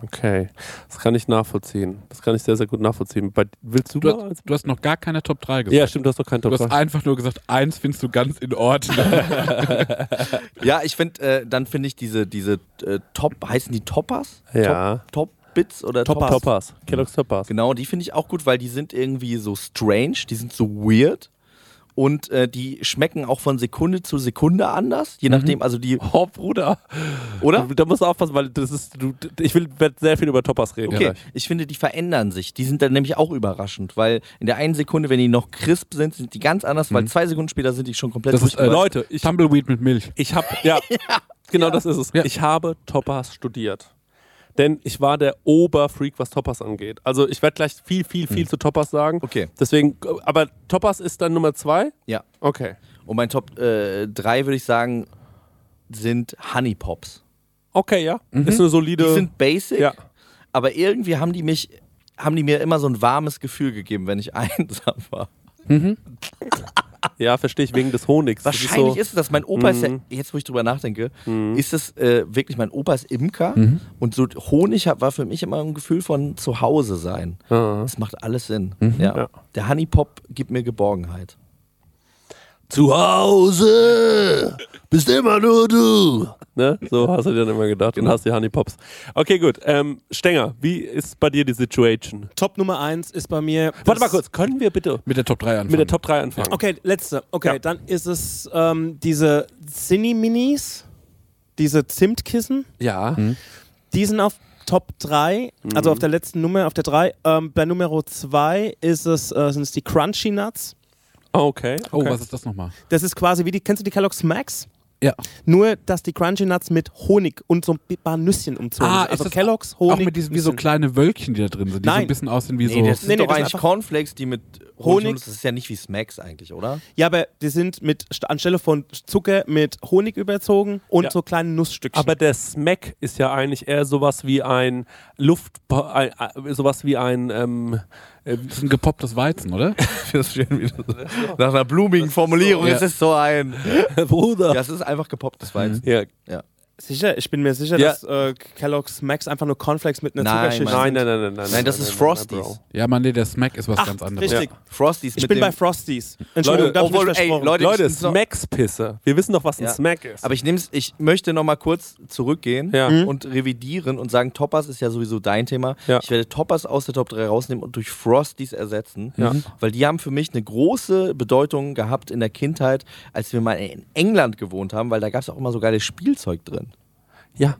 Okay. Das kann ich nachvollziehen. Das kann ich sehr, sehr gut nachvollziehen. Bei, willst du, Du, mal? hast, du hast noch gar keine Top 3 gesagt. Ja, stimmt, du hast doch keinen Top Du hast 3. einfach nur gesagt, eins findest du ganz in Ordnung. Ja, ich finde, äh, dann finde ich diese, diese äh, Top, heißen die Toppers? Ja. Top, Top Bits oder Toppers? Toppers. Kellogg's Toppers. Genau, die finde ich auch gut, weil die sind irgendwie so strange, die sind so weird. Und äh, die schmecken auch von Sekunde zu Sekunde anders, je nachdem, also die, Oh, Bruder. oder? Da musst du aufpassen, weil das ist. Du, ich will werd sehr viel über Toppers reden. Okay, gleich. ich finde, die verändern sich. Die sind dann nämlich auch überraschend, weil in der einen Sekunde, wenn die noch crisp sind, sind die ganz anders, Mhm. weil zwei Sekunden später sind die schon komplett Das ist, äh, durchgewaschen. Leute, ich Tumbleweed mit Milch. Ich habe, ja, genau das ist es. Ja. Ich habe Toppers studiert. Denn ich war der Oberfreak, was Toppers angeht. Also ich werde gleich viel, viel, viel zu Toppers sagen. Okay. Deswegen, aber Toppers ist dann Nummer zwei? Ja. Okay. äh, Und mein Top 3 würde ich sagen, sind Honey Pops. Okay, ja. Ist eine solide. Die sind basic, Ja. aber irgendwie haben die mich, haben die mir immer so ein warmes Gefühl gegeben, wenn ich einsam war. ja, verstehe ich, wegen des Honigs. Das Wahrscheinlich so, ist es das. Mein Opa ist ja, jetzt wo ich drüber nachdenke, ist es äh, wirklich, mein Opa ist Imker und so Honig hat, war für mich immer ein Gefühl von zu Hause sein. Das macht alles Sinn. Ja. Ja. Der Honey Pop gibt mir Geborgenheit. Zu Hause! Bist immer nur du! Ne? So hast du dir dann immer gedacht und hast die Honey Pops. Okay, gut. Ähm, Stenger, wie ist bei dir die Situation? Top Nummer 1 ist bei mir. Warte das- mal kurz, können wir bitte Mit der Top 3 anfangen. mit der Top 3 anfangen? Okay, letzte. Okay, Ja. dann ist es ähm, diese Zinni Minis, diese Zimtkissen. Ja. Die sind auf Top 3, Mhm. also auf der letzten Nummer, auf der 3. Ähm, bei Nummer 2 ist es, äh, sind es die Crunchy Nuts. Okay. Oh, okay. was ist das nochmal? Das ist quasi wie die, kennst du die Kellogg's Max? Ja. Nur, dass die Crunchy Nuts mit Honig und so ein paar Nüsschen umzogen Ah, sind. ist Also das Kellogg's, Auch Honig. mit diesen wie so Nüsschen. kleine Wölkchen, die da drin sind, die so Nein. ein bisschen aussehen wie so. Oh. Nee, das sind Nee, nee, doch das sind eigentlich einfach- Cornflakes, die mit Honig- Honig. Das ist ja nicht wie Smacks eigentlich, oder? Ja, aber die sind mit, st- anstelle von Zucker mit Honig überzogen und Ja. so kleinen Nussstückchen. Aber der Smack ist ja eigentlich eher sowas wie ein Luft, ein, äh, sowas wie ein, ähm, Das ist ein gepopptes Weizen, oder? Das ist schön, wie das, nach einer blumigen Formulierung Ja. ist es so ein. Bruder. Das ist einfach gepopptes Weizen. Ja. sicher, ich bin mir sicher, Ja. dass äh, Kellogg's Max einfach nur Cornflakes mit einer Nein, Zuckerschicht Mann. Nein, sind. nein, nein, nein, nein. Nein, das nein, ist nein, nein, Frosties. Bro. Ja, man, nee, der Smack ist was Ach, ganz anderes. richtig. Frosties Ich mit bin dem, bei Frosties. Entschuldigung, da hab ich mich obwohl, ey, versprochen. Leute, Leute, ich- so- Smacks-Pisse. Wir wissen doch, was ein Ja. Smack ist. Aber ich nehm's, ich möchte noch mal kurz zurückgehen Ja. und revidieren und sagen, Toppers ist ja sowieso dein Thema. Ja. Ich werde Toppers aus der Top 3 rausnehmen und durch Frosties ersetzen, Ja. weil die haben für mich eine große Bedeutung gehabt in der Kindheit, als wir mal in England gewohnt haben, weil da gab es auch immer so geiles Spielzeug drin. ja.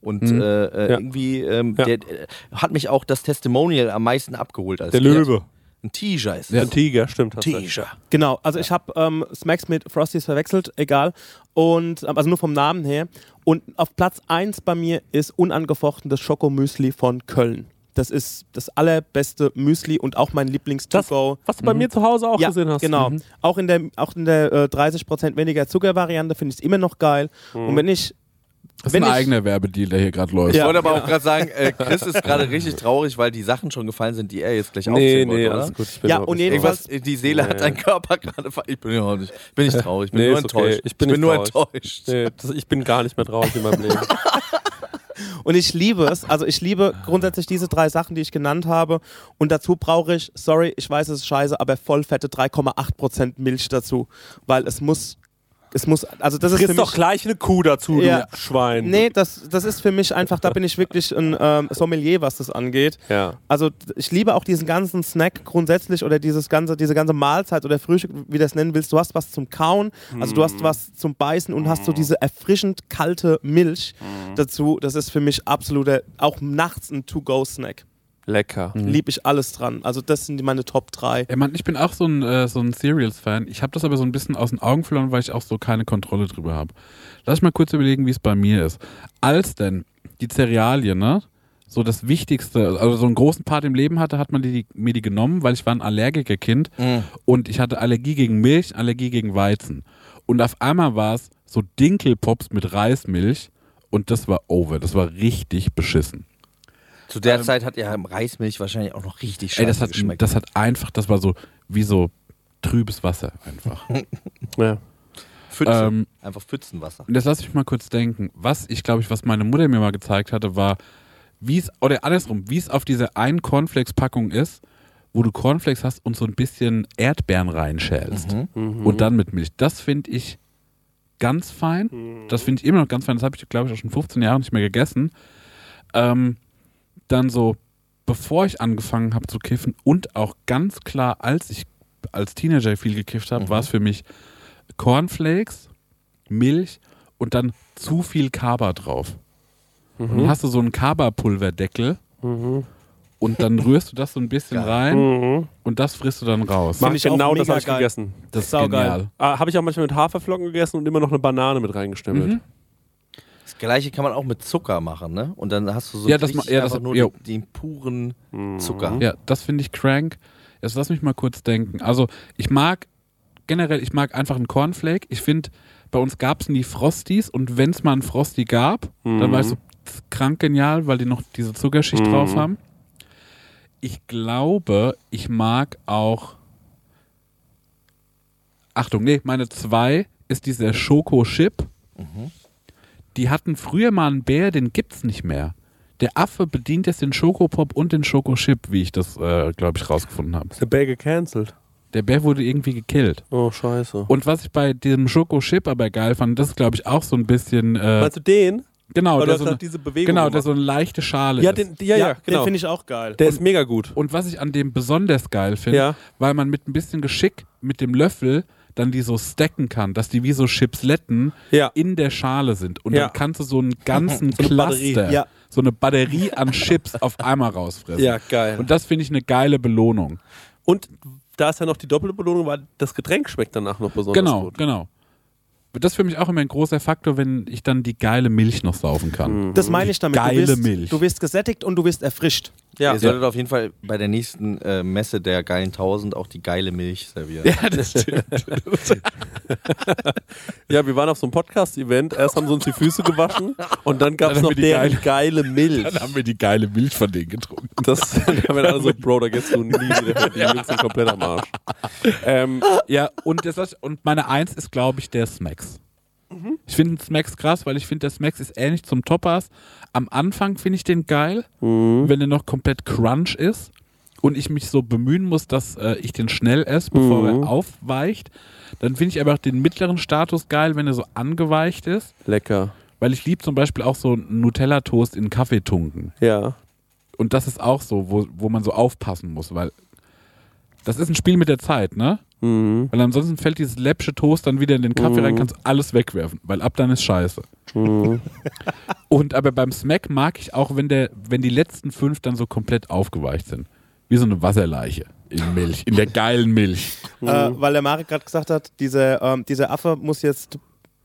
Und Mhm. äh, äh, Ja. irgendwie ähm, Ja. der, äh, hat mich auch das Testimonial am meisten abgeholt. Als Der Kind. Löwe. Ein Tiger ist Ja. das. Ein Tiger, stimmt. hast recht. Tiger. Genau, also ich habe ähm, Smacks mit Frosties verwechselt, egal. Und ähm, also nur vom Namen her. Und auf Platz 1 bei mir ist unangefochten das Schokomüsli von Köln. Das ist das allerbeste Müsli und auch mein Das, Lieblings-To-Go. was du bei mir zu Hause auch Mhm. Ja, gesehen hast. Mhm. genau. Auch in der, auch in der äh, 30% weniger Zuckervariante finde ich es immer noch geil. Mhm. Und wenn ich. Das ist wenn ein ich, eigener Werbedeal, der hier gerade läuft. Ich Ja. wollte aber auch gerade sagen, äh, Chris ist gerade richtig traurig, weil die Sachen schon gefallen sind, die er jetzt gleich Nee, aufzählen nee, wollte, alles oder? gut. Ich Ja, überhaupt und nicht jeden- Irgendwas, äh, die Seele hat deinen Körper gerade ver Ich bin ja auch nicht, bin nicht traurig, ich bin Nee, nur ist okay. enttäuscht. Ich bin nicht nur traurig. enttäuscht. Nee, das, ich bin gar nicht mehr traurig in meinem Leben. Und ich liebe es. Also ich liebe grundsätzlich diese drei Sachen, die ich genannt habe. Und dazu brauche ich, sorry, ich weiß, es ist scheiße, aber vollfette 3,8% Milch dazu. Weil es muss, es muss, also das ist für Friss doch mich... gleich eine Kuh dazu, Ja. du Schwein. Nee, das, das ist für mich einfach, da bin ich wirklich ein ähm, Sommelier, was das angeht. Ja. Also ich liebe auch diesen ganzen Snack grundsätzlich oder dieses ganze, diese ganze Mahlzeit oder Frühstück, wie du das nennen willst. Du hast was zum Kauen, also du Mhm. hast was zum Beißen und hast so diese erfrischend kalte Milch Mhm. dazu. Das ist für mich absoluter, auch nachts ein To-Go-Snack. Lecker. Mhm. Lieb ich alles dran. Also das sind meine Top 3. Ey, Mann, ich bin auch so ein, äh, so ein Serials-Fan. Ich habe das aber so ein bisschen aus den Augen verloren, weil ich auch so keine Kontrolle drüber habe. Lass mich mal kurz überlegen, wie es bei mir ist. Als denn die Cerealien, ne? So das Wichtigste, also so einen großen Part im Leben hatte, hat man die, die, mir die genommen, weil ich war ein Allergikerkind Mhm. und ich hatte Allergie gegen Milch, Allergie gegen Weizen. Und auf einmal war es so Dinkelpops mit Reismilch und das war over. Das war richtig beschissen. Zu der Zeit hat ja Reismilch wahrscheinlich auch noch richtig scheiße Ey, das hat, geschmeckt. das hat einfach, das war so wie so trübes Wasser einfach. Ja. Pfützen. ähm, Einfach Pfützenwasser. Und jetzt lass mich mal kurz denken. Was ich glaube ich, was meine Mutter mir mal gezeigt hatte, war, wie es, oder andersrum, wie es auf dieser einen Cornflakes-Packung ist, wo du Cornflakes hast und so ein bisschen Erdbeeren reinschälst. Und dann mit Milch. Das finde ich ganz fein. Das finde ich immer noch ganz fein. Das habe ich, glaube ich, auch schon 15 Jahre nicht mehr gegessen. Ähm, dann so, bevor ich angefangen habe zu kiffen und auch ganz klar, als ich als Teenager viel gekifft habe, war es für mich Cornflakes, Milch und dann zu viel Kaba drauf. Und Mhm. dann hast du so einen Kaba-Pulverdeckel und dann rührst du das so ein bisschen rein und das frisst du dann raus. Mach ich auch genau das mega habe ich geil. gegessen. Das ist saugeil. genial. Ah, habe ich auch manchmal mit Haferflocken gegessen und immer noch eine Banane mit reingestemmelt. Das gleiche kann man auch mit Zucker machen, ne? Und dann hast du so Ja, das richtig ma- ja, das- einfach nur jo. den, den puren Zucker. Ja, das finde ich crank. Jetzt lass mich mal kurz denken. Also, ich mag generell, ich mag einfach einen Cornflake. Ich finde, bei uns gab es nie Frosties und wenn es mal einen Frosty gab, dann war ich so pf, krank genial, weil die noch diese Zuckerschicht drauf haben. Ich glaube, ich mag auch. Achtung, nee, meine zwei ist dieser Schoko-Chip. Die hatten früher mal einen Bär, den gibt's nicht mehr. Der Affe bedient jetzt den Schokopop und den Schokochip, wie ich das, äh, glaube ich, rausgefunden habe. Der Bär gecancelt. Der Bär wurde irgendwie gekillt. Oh, scheiße. Und was ich bei diesem Schokochip aber geil fand, das ist, glaube ich, auch so ein bisschen. Äh, Meinst du den? genau, der Weil du so hast eine, halt diese Bewegung genau, der gemacht. so eine leichte Schale Ja, ist. den, ja, ja, genau. Den finde ich auch geil. der ist mega gut. Und was ich an dem besonders geil finde, Ja. weil man mit ein bisschen Geschick mit dem Löffel dann die so stacken kann, dass die wie so Chipsletten Ja. in der Schale sind. Und Ja. dann kannst du so einen ganzen So eine Batterie. Cluster, Ja. so eine Batterie an Chips auf einmal rausfressen. Ja, geil. Und das finde ich eine geile Belohnung. Und da ist ja noch die doppelte Belohnung, weil das Getränk schmeckt danach noch besonders genau, gut. genau. Das ist für mich auch immer ein großer Faktor, wenn ich dann die geile Milch noch saufen Mhm. kann. das meine ich damit. Geile du wirst, Milch. Du wirst gesättigt und du wirst erfrischt. Ja. Ihr solltet auf jeden Fall bei der nächsten äh, Messe der geilen 1000 auch die geile Milch servieren. Ja, das stimmt. ja, wir waren auf so einem Podcast-Event. Erst haben sie uns die Füße gewaschen und dann gab Dann es haben noch wir die deren geile- geile Milch. Dann haben wir die geile Milch von denen getrunken. Das dann haben wir dann alle so, Bro, da gehst du nie wieder hin. Die Jungs sind komplett am Arsch. ähm, ja, und, das, was- und meine Eins ist, glaube ich, der Smacks. Ich finde den Smacks krass, weil ich finde, der Smacks ist ähnlich zum Toppers. Am Anfang finde ich den geil, wenn der noch komplett crunch ist und ich mich so bemühen muss, dass äh, ich den schnell esse, bevor er aufweicht. Dann finde ich aber auch den mittleren Status geil, wenn er so angeweicht ist, Lecker. weil ich liebe zum Beispiel auch so einen Nutella-Toast in Kaffee tunken. Ja. Und das ist auch so, wo, wo man so aufpassen muss, weil das ist ein Spiel mit der Zeit, ne? Weil ansonsten fällt dieses läppsche Toast dann wieder in den Kaffee rein, kannst du alles wegwerfen, weil ab dann ist scheiße. Und aber beim Smack mag ich auch, wenn, der, wenn die letzten fünf dann so komplett aufgeweicht sind. Wie so eine Wasserleiche in Milch, in der geilen Milch. Mhm. Äh, weil der Marek gerade gesagt hat, dieser, ähm, dieser Affe muss jetzt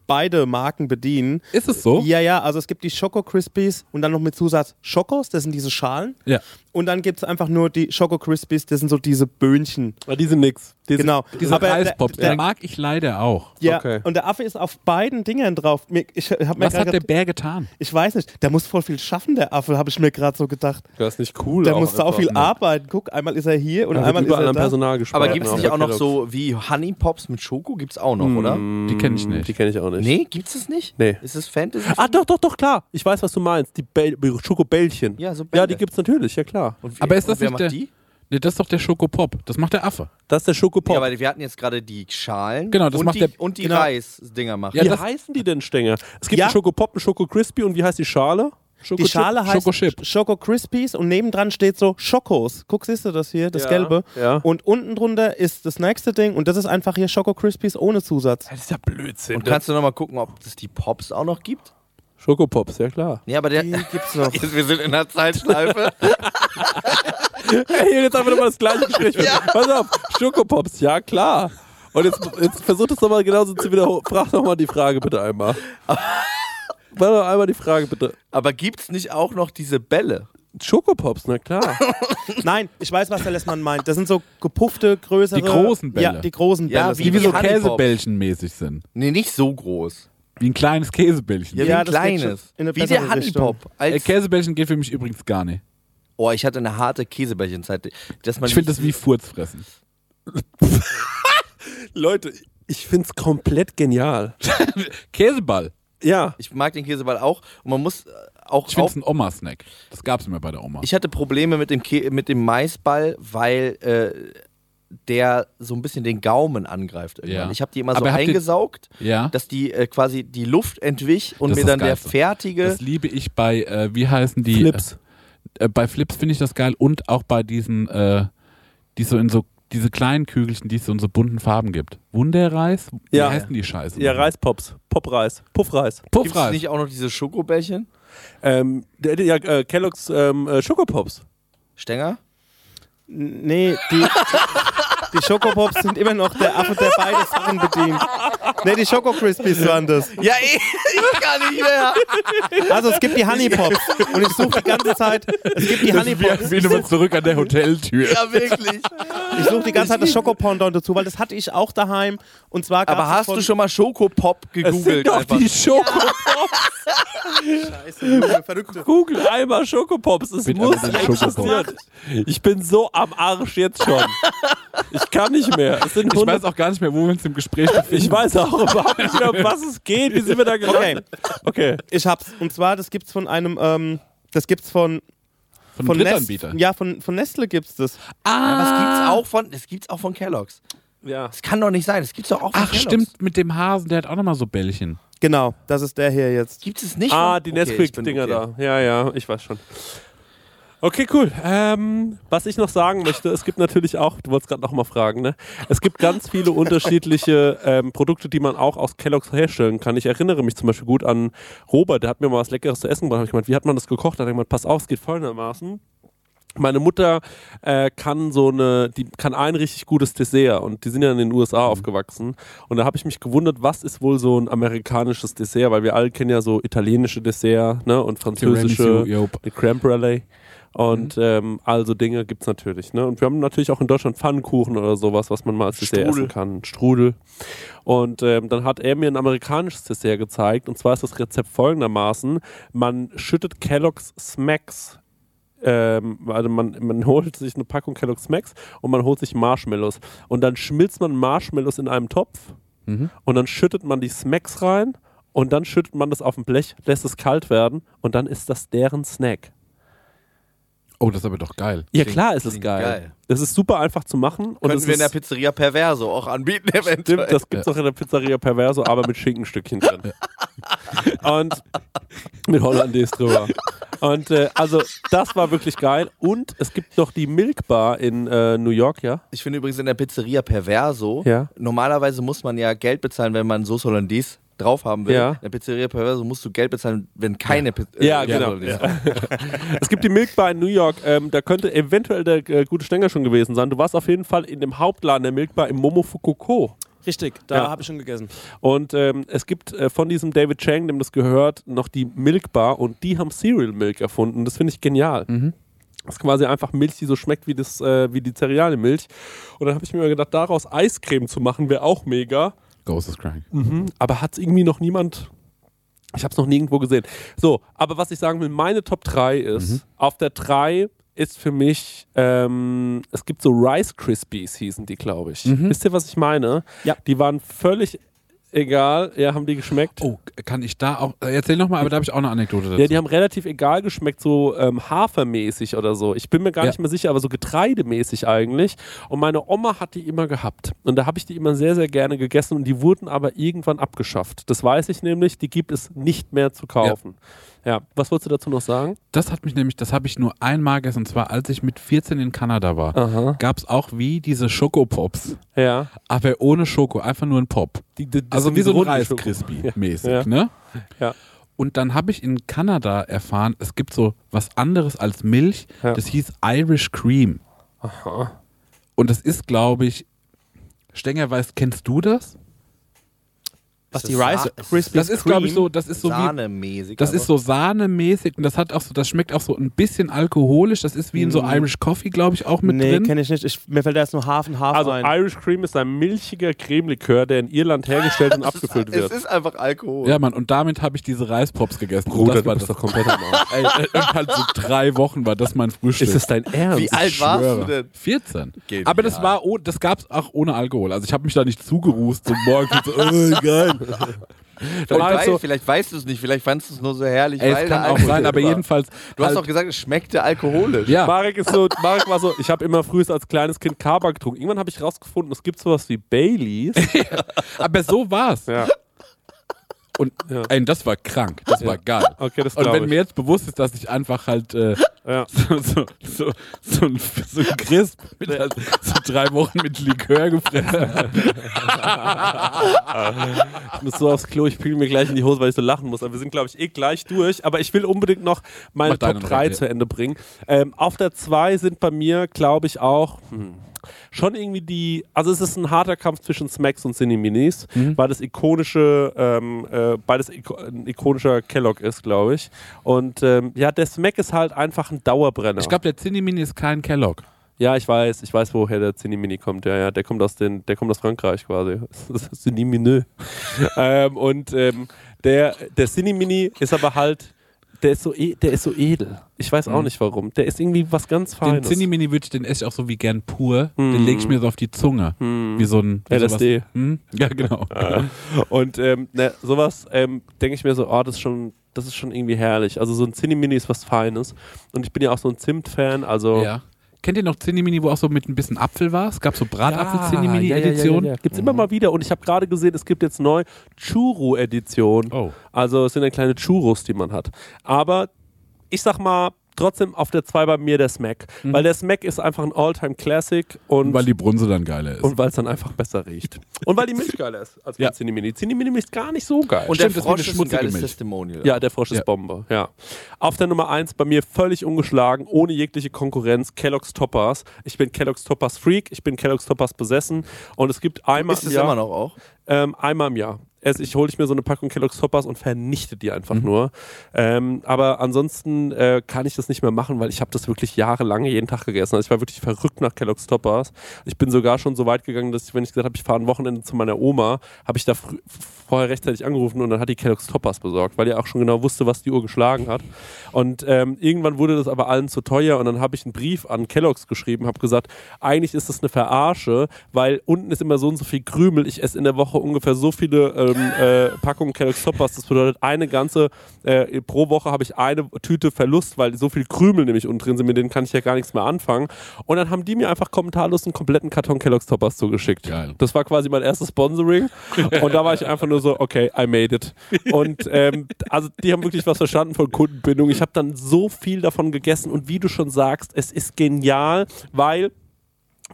beide Marken bedienen. Ist es so? Ja, ja, also es gibt die Schoko Crispies und dann noch mit Zusatz Schokos, das sind diese Schalen. Ja. Und dann gibt es einfach nur die Schoko Crispies, das sind so diese Böhnchen. Aber die sind nix. Die sind- Genau. Dieser Aber der- Reispops, der- den mag ich leider auch. Ja, Okay. und der Affe ist auf beiden Dingern drauf. Mir- Ich, hab mir Was grad hat der gedacht, Bär getan? ich weiß nicht, der muss voll viel schaffen, der Affe, habe ich mir gerade so gedacht. Das ist nicht cool. Der muss einfach, sau viel ne? arbeiten. Guck, einmal ist er hier und Da wird einmal ist überall er am da. Personal gespart. Aber gibt es ne, nicht auf auch noch Kellogg. so wie Honey Pops mit Schoko? Gibt's auch noch, oder? Die kenne ich nicht. Mhm, Die kenne ich auch nicht. Nee, gibt's es nicht? Nee. Ist es Fantasy? Ah, doch, doch, doch, klar. Ich weiß, was du meinst. Die Bäll- Schokobällchen. Ja, so Ja, Bälle. die gibt's natürlich, ja klar. Und Aber ist das und wer nicht macht der- die? Nee, das ist doch der Schokopop. Das macht der Affe. Das ist der Schokopop. Ja, aber wir hatten jetzt gerade die Schalen Genau, das und, macht die, der- und die genau. Reisdinger machen. Ja, wie das- heißen die denn, Stenger? Es gibt Ja. einen Schokopop, einen Schoko Crispy und wie heißt die Schale? Schoko Die Schale heißt Schokochip. Schoko Crispies und nebendran steht so Schokos. Guck, siehst du das hier, das Ja, Gelbe? ja. Und unten drunter ist das nächste Ding und das ist einfach hier Schoko Crispies ohne Zusatz. Das ist ja Blödsinn. ne? Und kannst du nochmal gucken, ob es die Pops auch noch gibt? Schokopops, ja klar. Nee, aber der. Die gibt's noch. wir sind in der Zeitschleife. Hey, jetzt haben wir nochmal das gleiche Gespräch. Pass auf, Schokopops, ja klar. Und jetzt, jetzt versucht es nochmal genauso zu wiederholen. Frag nochmal die Frage bitte einmal. Frag noch einmal die Frage bitte. aber gibt's nicht auch noch diese Bälle? Schokopops, na klar. Nein, ich weiß, was der Lessmann meint. Das sind so gepuffte, größere. Die großen Bälle. Ja, die großen Bälle. Ja, sind Die wie das. so Honey Pops. Käsebällchen mäßig sind. Nee, nicht so groß. Wie ein kleines Käsebällchen. Ja, wie Ja, ein das geht kleines. schon in eine wie der bessere Honey Richtung. Pop. Äh, Als, Käsebällchen geht für mich übrigens gar nicht. oh, ich hatte eine harte Käsebällchenzeit. Dass man Ich finde nicht- das wie Furzfressen. Leute, ich find's komplett genial. Käseball. Ja. Ich mag den Käseball auch. Und man muss äh, auch. Ich finde es ein auf Oma-Snack. Das gab es immer bei der Oma. ich hatte Probleme mit dem, Kä mit dem Maisball, weil äh, der so ein bisschen den Gaumen angreift. irgendwann. Ja. Ich habe die immer Aber so habt ihr- eingesaugt, ja. dass die äh, quasi die Luft entwich und Das mir ist dann der Geilste. fertige. das liebe ich bei, äh, wie heißen die? Flips. Äh, bei Flips finde ich das geil und auch bei diesen, äh, die so in so, diese kleinen Kügelchen, die es so in so bunten Farben gibt. Wunderreis? Wie Ja. heißen die Scheiße? Ja, Reispops. Popreis. Puffreis. Gibt es Puffreis. nicht auch noch diese Schokobällchen? Ähm, der, der, ja, äh, Kellogg's ähm, äh, Schokopops. Stänger? Nee, die, Die Schokopops sind immer noch der Affe, der beide Sachen bedient. Ne, die Schoko Crispies waren das. Ja, ich, ich kann nicht mehr. Also es gibt die Honey Pops und ich suche die ganze Zeit, es gibt die Honey Pops. Wie nochmal zurück an der Hoteltür. Ja, wirklich. Ich suche die ganze Zeit das Schokopondon dazu, weil das hatte ich auch daheim und zwar gab's Aber hast von- du schon mal Schokopop gegoogelt? doch einfach? die Schokopops. Google einmal Schokopops. Es Bitte muss einmal den Schokopops. existieren. Ich bin so am Arsch jetzt schon. Ich kann nicht mehr. Es sind Ich weiß 100 auch gar nicht mehr, wo wir uns im Gespräch befinden. ich weiß auch überhaupt nicht mehr, um was es geht. Wie sind wir da Okay, gelandet? Okay. ich hab's und zwar das gibt's von einem ähm, das gibt's von Von, von einem Nestle. Drittanbieter. Ja, von von Nestle gibt's das. Ah. Aber das Ah. gibt's auch von, das gibt's auch von Kellogg's. Ja. Das kann doch nicht sein. Das gibt's doch auch von Ach, Kellogg's. stimmt, mit dem Hasen, der hat auch nochmal so Bällchen. Genau, das ist der hier jetzt. Gibt es nicht? Ah, von- die Okay, ich bin Nesquik-Dinger da. Ja, ja, ich weiß schon. Okay, cool. Ähm, was ich noch sagen möchte, es gibt natürlich auch, du wolltest gerade nochmal fragen, ne? Es gibt ganz viele unterschiedliche ähm, Produkte, die man auch aus Kellogg's herstellen kann. Ich erinnere mich zum Beispiel gut an Robert, der hat mir mal was Leckeres zu essen gebracht. Hab ich gemeint, wie hat man das gekocht? Da hat er gemeint, pass auf, es geht folgendermaßen. Meine Mutter äh, kann so eine, die kann ein richtig gutes Dessert und die sind ja in den USA aufgewachsen. Und da habe ich mich gewundert, was ist wohl so ein amerikanisches Dessert, weil wir alle kennen ja so italienische Dessert ne? und französische, Tiramisu, jope. die Cramp Rally. Und ähm, also Dinge gibt's natürlich. Ne? Und wir haben natürlich auch in Deutschland Pfannkuchen oder sowas, was man mal als Dessert essen kann. Strudel. Und ähm, dann hat er mir ein amerikanisches Dessert gezeigt. Und zwar ist das Rezept folgendermaßen: Man schüttet Kellogg's Smacks. Ähm, also man, man holt sich eine Packung Kellogg's Smacks und man holt sich Marshmallows. Und dann schmilzt man Marshmallows in einem Topf und dann schüttet man die Smacks rein und dann schüttet man das auf ein Blech, lässt es kalt werden und dann ist das deren Snack. Oh, das ist aber doch geil. Ja, klar ist es geil. geil. Das ist super einfach zu machen. Und Könnten es wir in der ist, Pizzeria Perverso auch anbieten, eventuell. stimmt, das gibt es auch in der Pizzeria Perverso, aber mit Schinkenstückchen drin. Und mit Hollandaise drüber. Und äh, also, das war wirklich geil. Und es gibt noch die Milk Bar in äh, New York, ja? Ich finde übrigens in der Pizzeria Perverso, Ja. normalerweise muss man ja Geld bezahlen, wenn man Sauce Hollandaise drauf haben will. Ja. In der Pizzeria Perverso musst du Geld bezahlen, wenn keine äh, Pizzeria Ja, genau. Es gibt die Milk Bar in New York. Ähm, da könnte eventuell der äh, gute Stenger schon gewesen sein. Du warst auf jeden Fall in dem Hauptladen der Milk Bar im Momofukuko. Richtig, da Ja. habe ich schon gegessen. Und ähm, es gibt äh, von diesem David Chang, dem das gehört, noch die Milk Bar und die haben Cereal Milk erfunden. Das finde ich genial. Das ist quasi einfach Milch, die so schmeckt wie, das, äh, wie die Cerealienmilch. Und dann habe ich mir gedacht, daraus Eiscreme zu machen, wäre auch mega. Ghost is crank. Hm. Mhm. Aber hat es irgendwie noch niemand. Ich habe es noch nirgendwo gesehen. So, aber was ich sagen will, meine Top 3 ist, auf der 3 ist für mich, ähm, es gibt so Rice Krispies, hießen die, glaube ich. Wisst ihr, was ich meine? Ja. Die waren völlig egal. Ja, haben die geschmeckt? Oh, kann ich da auch. äh, Erzähl nochmal, aber da habe ich auch eine Anekdote dazu. Ja, die haben relativ egal geschmeckt, so ähm, hafermäßig oder so. Ich bin mir gar Ja. nicht mehr sicher, aber so getreidemäßig eigentlich. Und meine Oma hat die immer gehabt. Und da habe ich die immer sehr, sehr gerne gegessen und die wurden aber irgendwann abgeschafft. Das weiß ich nämlich, die gibt es nicht mehr zu kaufen. Ja, was wolltest du dazu noch sagen? Das hat mich nämlich, das habe ich nur einmal gegessen, und zwar als ich mit 14 in Kanada war. Aha. Gab es auch wie diese Schokopops, Ja. aber ohne Schoko, einfach nur ein Pop. Die, die, Also wie so ein Reis Ja. Crispy-mäßig, Ja. ne? Ja. Und dann habe ich in Kanada erfahren, es gibt so was anderes als Milch, Ja. das hieß Irish Cream. Und das ist, glaube ich, Stenger weiß, kennst du das? Was die Rice Krispies Das ist, glaube ich, so, das ist so wie Sahnemäßig. Das ist so sahnemäßig und das hat auch so, das schmeckt auch so ein bisschen alkoholisch. Das ist wie in so Mhm. Irish Coffee, glaube ich, auch mit Nee, drin. kenne ich nicht. Ich, mir fällt erst nur Hafen, Hafen Also ein. Irish Cream ist ein milchiger Cremelikör, der in Irland hergestellt und abgefüllt Es wird. ist einfach Alkohol. Ja, Mann, und damit habe ich diese Reispops gegessen. Und das war das. komplett am Arsch. Ey, äh, und halt so drei Wochen war das mein Frühstück. Ist das dein Ernst? wie alt warst du denn? 14. Genial. Aber das war, oh, das gab's auch ohne Alkohol. Also ich habe mich da nicht zugerußt so morgens so, oh, geil. Und war halt wei- so- vielleicht weißt du es nicht, vielleicht fandest du es nur so herrlich. Ey, weil es kann da auch Alkohol sein, aber drin war. jedenfalls. Du hast halt- doch gesagt, es schmeckte alkoholisch. ja, Marek ist so, Marek war so, ich habe immer frühest als kleines Kind Kaba getrunken. Irgendwann habe ich rausgefunden, es gibt sowas wie Baileys. aber so war's. Ja, Und Ja. ey, das war krank. Das war geil. okay, das Und glaube wenn ich. mir jetzt bewusst ist, dass ich einfach halt äh, ja. so, so, so, so ein, so ein Crisp mit halt so drei Wochen mit Likör gefressen. Ich muss so aufs Klo, ich pügel mir gleich in die Hose, weil ich so lachen muss. Aber wir sind, glaube ich, eh gleich durch. Aber ich will unbedingt noch meine Mach deine Top noch, 3 ja. zu Ende bringen. Ähm, auf der 2 sind bei mir, glaube ich, auch hm, schon irgendwie die, also es ist ein harter Kampf zwischen Smacks und Cineminis, Mhm. weil das ikonische, ähm, äh, beides iko ein ikonischer Kellogg ist, glaube ich. Und ähm, ja, der Smack ist halt einfach ein Dauerbrenner. Ich glaube, der Cinnamon ist kein Kellogg. ja, ich weiß, ich weiß, woher der Cinimini kommt. Ja, ja, der kommt aus den, der kommt aus Frankreich quasi. Das ist Cinimini. ähm, und ähm, der, der Cinimini ist aber halt, der ist so, e der ist so edel. Ich weiß auch nicht warum. Der ist irgendwie was ganz Mhm. Den Feines. Cinnamini würde ich, den esse ich auch so wie gern pur. Den lege ich mir so auf die Zunge. Wie so ein wie LSD. Sowas. Hm? Ja, genau. Und ähm, ne, sowas ähm, denke ich mir so, oh, das ist schon, das ist schon irgendwie herrlich. Also so ein Cinemini ist was Feines. Und ich bin ja auch so ein Zimt-Fan, also Ja. Kennt ihr noch Cinnamini, wo auch so mit ein bisschen Apfel war? Es gab so Ah, Bratapfel-Cinnamini-Edition. Gibt es immer mal wieder. Und ich habe gerade gesehen, es gibt jetzt neu Churu-Edition. Oh. Also es sind dann kleine Churros, die man hat. Aber ich sag mal, trotzdem auf der 2 bei mir der Smack. Weil der Smack ist einfach ein All-Time-Classic und Mhm. Weil die Brunse dann geiler ist. und weil es dann einfach besser riecht. Und weil die Milch geiler ist als bei Ja. Cinemini. Cinemini ist gar nicht so geil. Und Stimmt, der das ist eine Frosch ist ein schmutzige geiles Milch. Testimonial. Ja, der Frosch ist Ja. Bombe, ja. Auf der Nummer 1 bei mir völlig ungeschlagen, ohne jegliche Konkurrenz, Kellogg's Toppers. Ich bin Kellogg's Toppers Freak, ich bin Kellogg's Toppers besessen und es gibt einmal ist im es Jahr, immer noch auch? Ähm, einmal im Jahr. Es, ich hole ich mir so eine Packung Kellogg's Toppers und vernichte die einfach nur. Ähm, aber ansonsten äh, kann ich das nicht mehr machen, weil ich habe das wirklich jahrelang jeden Tag gegessen. Also ich war wirklich verrückt nach Kellogg's Toppers. Ich bin sogar schon so weit gegangen, dass ich, wenn ich gesagt habe, ich fahre ein Wochenende zu meiner Oma, habe ich da frü- vorher rechtzeitig angerufen und dann hat die Kellogg's Toppers besorgt, weil die auch schon genau wusste, was die Uhr geschlagen hat. Und ähm, irgendwann wurde das aber allen zu teuer und dann habe ich einen Brief an Kellogg's geschrieben, habe gesagt, eigentlich ist das eine Verarsche, weil unten ist immer so und so viel Krümel. Ich esse in der Woche ungefähr so viele ähm, äh, Packungen Kellogg's Toppers. Das bedeutet, eine ganze, äh, pro Woche habe ich eine Tüte Verlust, weil so viel Krümel nämlich unten drin sind, mit denen kann ich ja gar nichts mehr anfangen. Und dann haben die mir einfach kommentarlos einen kompletten Karton Kellogg's Toppers zugeschickt. Geil. Das war quasi mein erstes Sponsoring. Und da war ich einfach nur so, okay, I made it. Und ähm, also die haben wirklich was verstanden von Kundenbindung. Ich habe dann so viel davon gegessen und wie du schon sagst, es ist genial, weil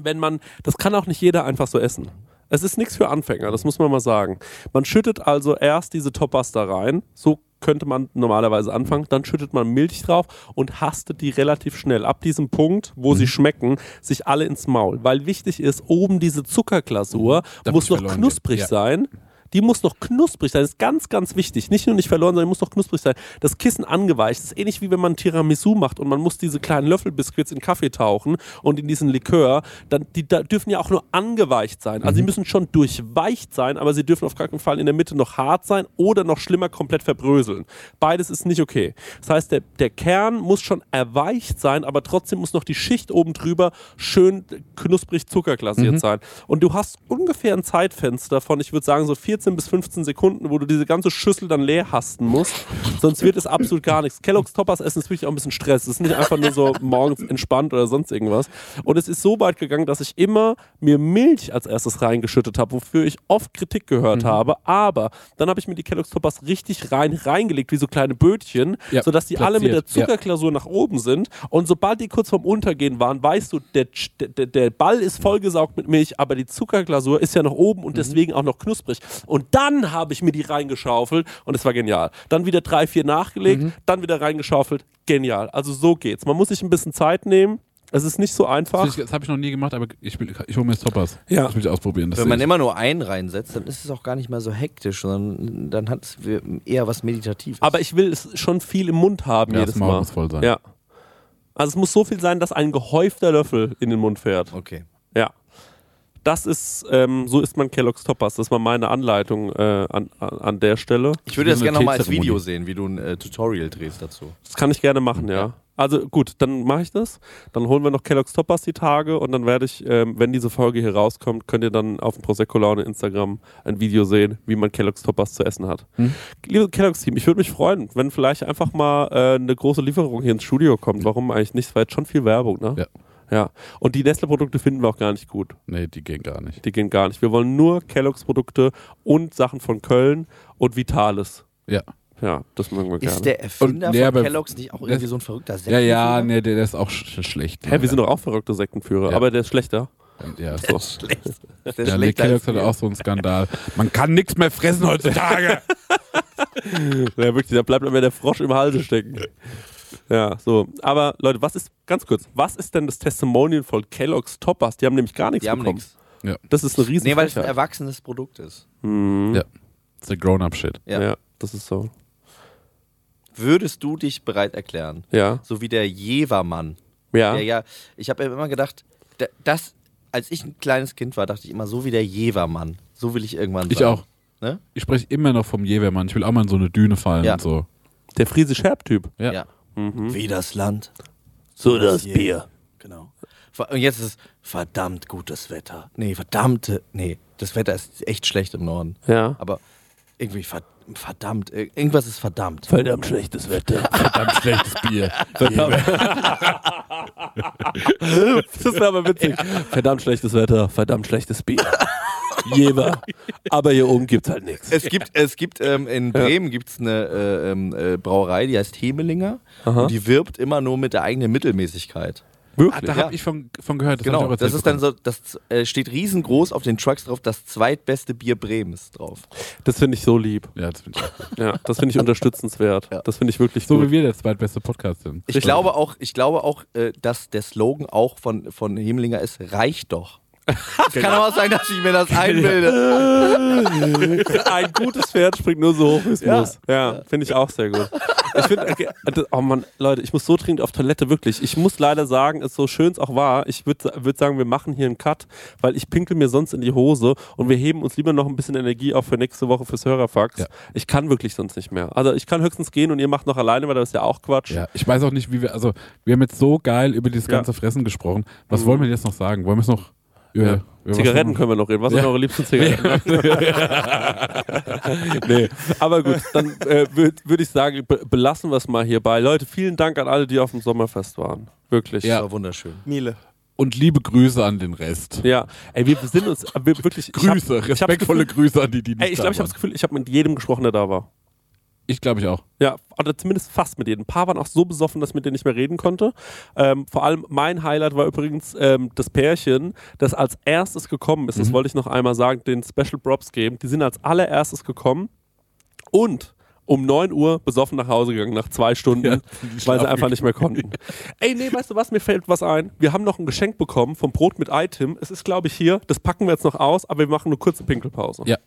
wenn man, das kann auch nicht jeder einfach so essen. Es ist nichts für Anfänger, das muss man mal sagen. Man schüttet also erst diese Toppers da rein, so könnte man normalerweise anfangen, dann schüttet man Milch drauf und hastet die relativ schnell ab diesem Punkt, wo sie schmecken, sich alle ins Maul. Weil wichtig ist, oben diese Zuckerglasur Darf muss nicht noch verloren knusprig gehen. Ja. sein. Die muss noch knusprig sein, das ist ganz, ganz wichtig. Nicht nur nicht verloren, sondern die muss noch knusprig sein. Das Kissen angeweicht, das ist ähnlich wie wenn man Tiramisu macht und man muss diese kleinen Löffelbiskuits in Kaffee tauchen und in diesen Likör. Dann, die da dürfen ja auch nur angeweicht sein. Also sie müssen schon durchweicht sein, aber sie dürfen auf gar keinen Fall in der Mitte noch hart sein oder noch schlimmer komplett verbröseln. Beides ist nicht okay. Das heißt, der, der Kern muss schon erweicht sein, aber trotzdem muss noch die Schicht oben drüber schön knusprig Mhm. zuckerglasiert sein. Und du hast ungefähr ein Zeitfenster von, ich würde sagen, so 14 bis 15 Sekunden, wo du diese ganze Schüssel dann leer hasten musst. Sonst wird es absolut gar nichts. Kellogg's Toppers essen ist wirklich auch ein bisschen Stress. Es ist nicht einfach nur so morgens entspannt oder sonst irgendwas. Und es ist so weit gegangen, dass ich immer mir Milch als erstes reingeschüttet habe, wofür ich oft Kritik Mhm. gehört habe. Aber dann habe ich mir die Kellogg's Toppers richtig rein reingelegt, wie so kleine Bötchen, Ja, sodass die alle mit der platziert, ja. Zucker Klausur nach oben sind und sobald die kurz vorm Untergehen waren, weißt du, der, der, der Ball ist vollgesaugt mit Milch, aber die Zuckerglasur ist ja noch oben Mhm. und deswegen auch noch knusprig. Und dann habe ich mir die reingeschaufelt und es war genial. Dann wieder drei, vier nachgelegt, Mhm. dann wieder reingeschaufelt. Genial. Also so geht's. Man muss sich ein bisschen Zeit nehmen. Es ist nicht so einfach. Das, das habe ich noch nie gemacht, aber ich, will- ich hole mir jetzt Toppers. Ja. Das will ich ausprobieren. Das Wenn man sehe ich. immer nur einen reinsetzt, dann ist es auch gar nicht mehr so hektisch, sondern dann hat es eher was Meditatives. Aber ich will es schon viel im Mund haben Ja, das jedes Maul Mal. muss voll sein. Ja. Also es muss so viel sein, dass ein gehäufter Löffel in den Mund fährt. okay. Ja. Das ist, ähm, so ist man Kellogg's Toppers. Das war meine Anleitung äh, an, an, an der Stelle. Ich würde Wie das so eine gerne nochmal als Teezeremonie. Video sehen, wie du ein äh, Tutorial drehst dazu. Das kann ich gerne machen, ja. Ja. Also gut, dann mache ich das. Dann holen wir noch Kellogg's Toppers die Tage und dann werde ich, ähm, wenn diese Folge hier rauskommt, könnt ihr dann auf dem Prosecco Laune Instagram ein Video sehen, wie man Kellogg's Toppers zu essen hat. Liebe Kellogg's Team, ich würde mich freuen, wenn vielleicht einfach mal äh, eine große Lieferung hier ins Studio kommt. Warum eigentlich nicht? Es war jetzt schon viel Werbung, ne? Ja. Ja. Und die Nestle-Produkte finden wir auch gar nicht gut. Nee, die gehen gar nicht. Die gehen gar nicht. Wir wollen nur Kellogg's Produkte und Sachen von Köln und Vitales. Ja. Ja, das mögen wir gerne. Ist der Erfinder Und- nee, von aber- Kellogg's nicht auch irgendwie das- so ein verrückter Ja, ja, Sektenführer? nee, der, der ist auch sch schlecht. Hä, wir sind doch auch verrückte Sektenführer, Ja. aber der ist schlechter. ja, so. So. Der Ja, Nick schlägt Kellogg's als- hatte halt auch so einen Skandal. Man kann nichts mehr fressen heutzutage. Ja, wirklich, da bleibt mir der Frosch im Halse stecken. Ja, so. Aber Leute, was ist, ganz kurz, was ist denn das Testimonial von Kellogg's Toppers? Die haben nämlich gar nichts Die haben bekommen. nichts. Das ist eine riesen Nee, weil es ein Frechheit. erwachsenes Produkt ist. Mhm. Ja. It's a grown-up shit. Ja. Ja. das ist so. Würdest du dich bereit erklären? Ja. So wie der Jevermann. Ja. Der ja, ich habe immer gedacht, da- das, als ich ein kleines Kind war, dachte ich immer, so wie der Jevermann. So will ich irgendwann sein. Ich auch. Ne? Ich spreche immer noch vom Jevermann. Ich will auch mal in so eine Düne fallen Ja. und so. Der friesisch-herb-Typ. Ja. Mhm. Ja. Wie das Land. So das Bier. Genau. Ver- Und jetzt ist verdammt gutes Wetter. Nee, verdammte. Nee, das Wetter ist echt schlecht im Norden. Ja. Aber irgendwie ver- verdammt. ir- Irgendwas ist verdammt. Verdammt schlechtes Wetter. Verdammt schlechtes Bier. Das wäre aber witzig. Verdammt schlechtes Wetter, verdammt schlechtes Bier. Jever. Aber hier oben gibt's halt nichts. Es gibt, es gibt ähm, in Bremen gibt's eine äh, ähm, äh, Brauerei, die heißt Hemelinger. Und die wirbt immer nur mit der eigenen Ah, Mittelmäßigkeit. Wirklich? da habe ich von, von gehört. Das hab ich genau. auch Das erzählt ist dann bekommen. so, das äh, steht riesengroß auf den Trucks drauf, das zweitbeste Bier Bremens drauf. Das finde ich so lieb. Ja, das find ich auch gut. Ja, das finde ich unterstützenswert. Ja. Das finde ich wirklich so wie gut. wir der zweitbeste Podcast sind. Ich glaube auch, ich glaube auch, äh, dass der Slogan auch von, von Hemelinger ist, reicht doch. Es kann aber auch sein, dass ich mir das einbilde. Ein gutes Pferd springt nur so hoch, wie es Ja. muss. Ja, finde ich auch sehr gut. Ich finde, okay, das- oh Mann, Leute, ich muss so dringend auf Toilette, wirklich. Ich muss leider sagen, ist so schön es auch war, ich würde würd sagen, wir machen hier einen Cut, weil ich pinkel mir sonst in die Hose und wir heben uns lieber noch ein bisschen Energie auf für nächste Woche fürs Hörerfax. Ja. Ich kann wirklich sonst nicht mehr. Also ich kann höchstens gehen und ihr macht noch alleine, weil das ist ja auch Quatsch. Ja, ich weiß auch nicht, wie wir, also wir haben jetzt so geil über dieses Ja. ganze Fressen gesprochen. Was wollen wir jetzt noch sagen? Wollen wir es noch über, Ja. über was Zigaretten noch- können wir noch reden. Was sind Ja. eure liebsten Zigaretten? nee, aber gut, dann äh, würde würd ich sagen, be belassen wir es mal hierbei. Leute, vielen Dank an alle, die auf dem Sommerfest waren. Wirklich. Das war wunderschön. Miele. Und liebe Grüße an den Rest. Ja. Ey, wir sind uns wir, wirklich. Grüße, ich hab respektvolle Grüße an die, die Ich nicht hab, ey, ich glaube, ich da habe das Gefühl, ich habe mit jedem gesprochen, der da war. waren. Ich glaube, ich auch. Ja, oder zumindest fast mit jedem. Ein paar waren auch so besoffen, dass ich mit denen nicht mehr reden konnte. Ähm, vor allem mein Highlight war übrigens ähm, das Pärchen, das als erstes gekommen ist. Mhm. Das wollte ich noch einmal sagen, den Special Props geben. Die sind als allererstes gekommen und um 9 Uhr besoffen nach Hause gegangen, nach zwei Stunden, Ja, weil schlafen sie einfach nicht mehr konnten. Ey, nee, weißt du was, mir fällt was ein. Wir haben noch ein Geschenk bekommen vom Brot mit Item. Es ist, glaube ich, hier. Das packen wir jetzt noch aus, aber wir machen eine kurze Pinkelpause. Ja.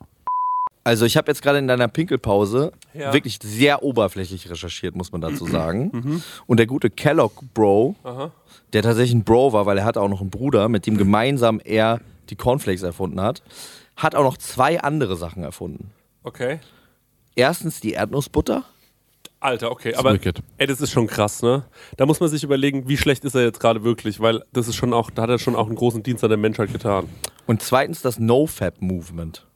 Also ich habe jetzt gerade in deiner Pinkelpause Ja. wirklich sehr oberflächlich recherchiert, muss man dazu sagen. Mhm. Und der gute Kellogg Bro, der tatsächlich ein Bro war, weil er hat auch noch einen Bruder, mit dem gemeinsam er die Cornflakes erfunden hat, hat auch noch zwei andere Sachen erfunden. Okay. Erstens die Erdnussbutter. Alter, okay, aber wicked. ey, das ist schon krass, ne? Da muss man sich überlegen, wie schlecht ist er jetzt gerade wirklich, weil das ist schon auch, da hat er schon auch einen großen Dienst an der Menschheit getan. Und zweitens das No-Fab-Movement.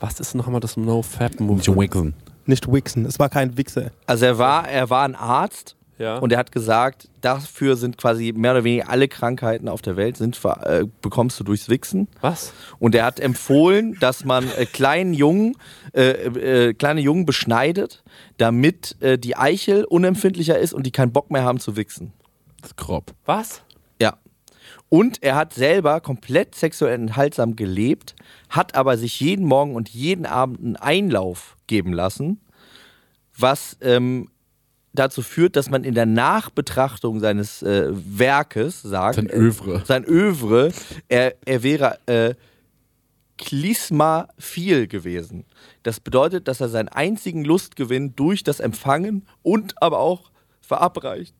Was ist nochmal das No-Fat-Movement? Jackson. Nicht Wixen. Es war kein Wichser. Also er war, er war ein Arzt Ja. und er hat gesagt, dafür sind quasi mehr oder weniger alle Krankheiten auf der Welt sind, ver- äh, bekommst du durchs Wichsen. Was? Und er hat empfohlen, dass man äh, kleinen Jungen, äh, äh, kleine Jungen beschneidet, damit äh, die Eichel unempfindlicher ist und die keinen Bock mehr haben zu wichsen. Das ist grob. Was? Ja. Und er hat selber komplett sexuell enthaltsam gelebt, hat aber sich jeden Morgen und jeden Abend einen Einlauf geben lassen, was ähm, dazu führt, dass man in der Nachbetrachtung seines äh, Werkes sagt, Sein Övre. äh, sein Övre, er, er wäre äh, klismaphil gewesen. Das bedeutet, dass er seinen einzigen Lustgewinn durch das Empfangen und aber auch verabreicht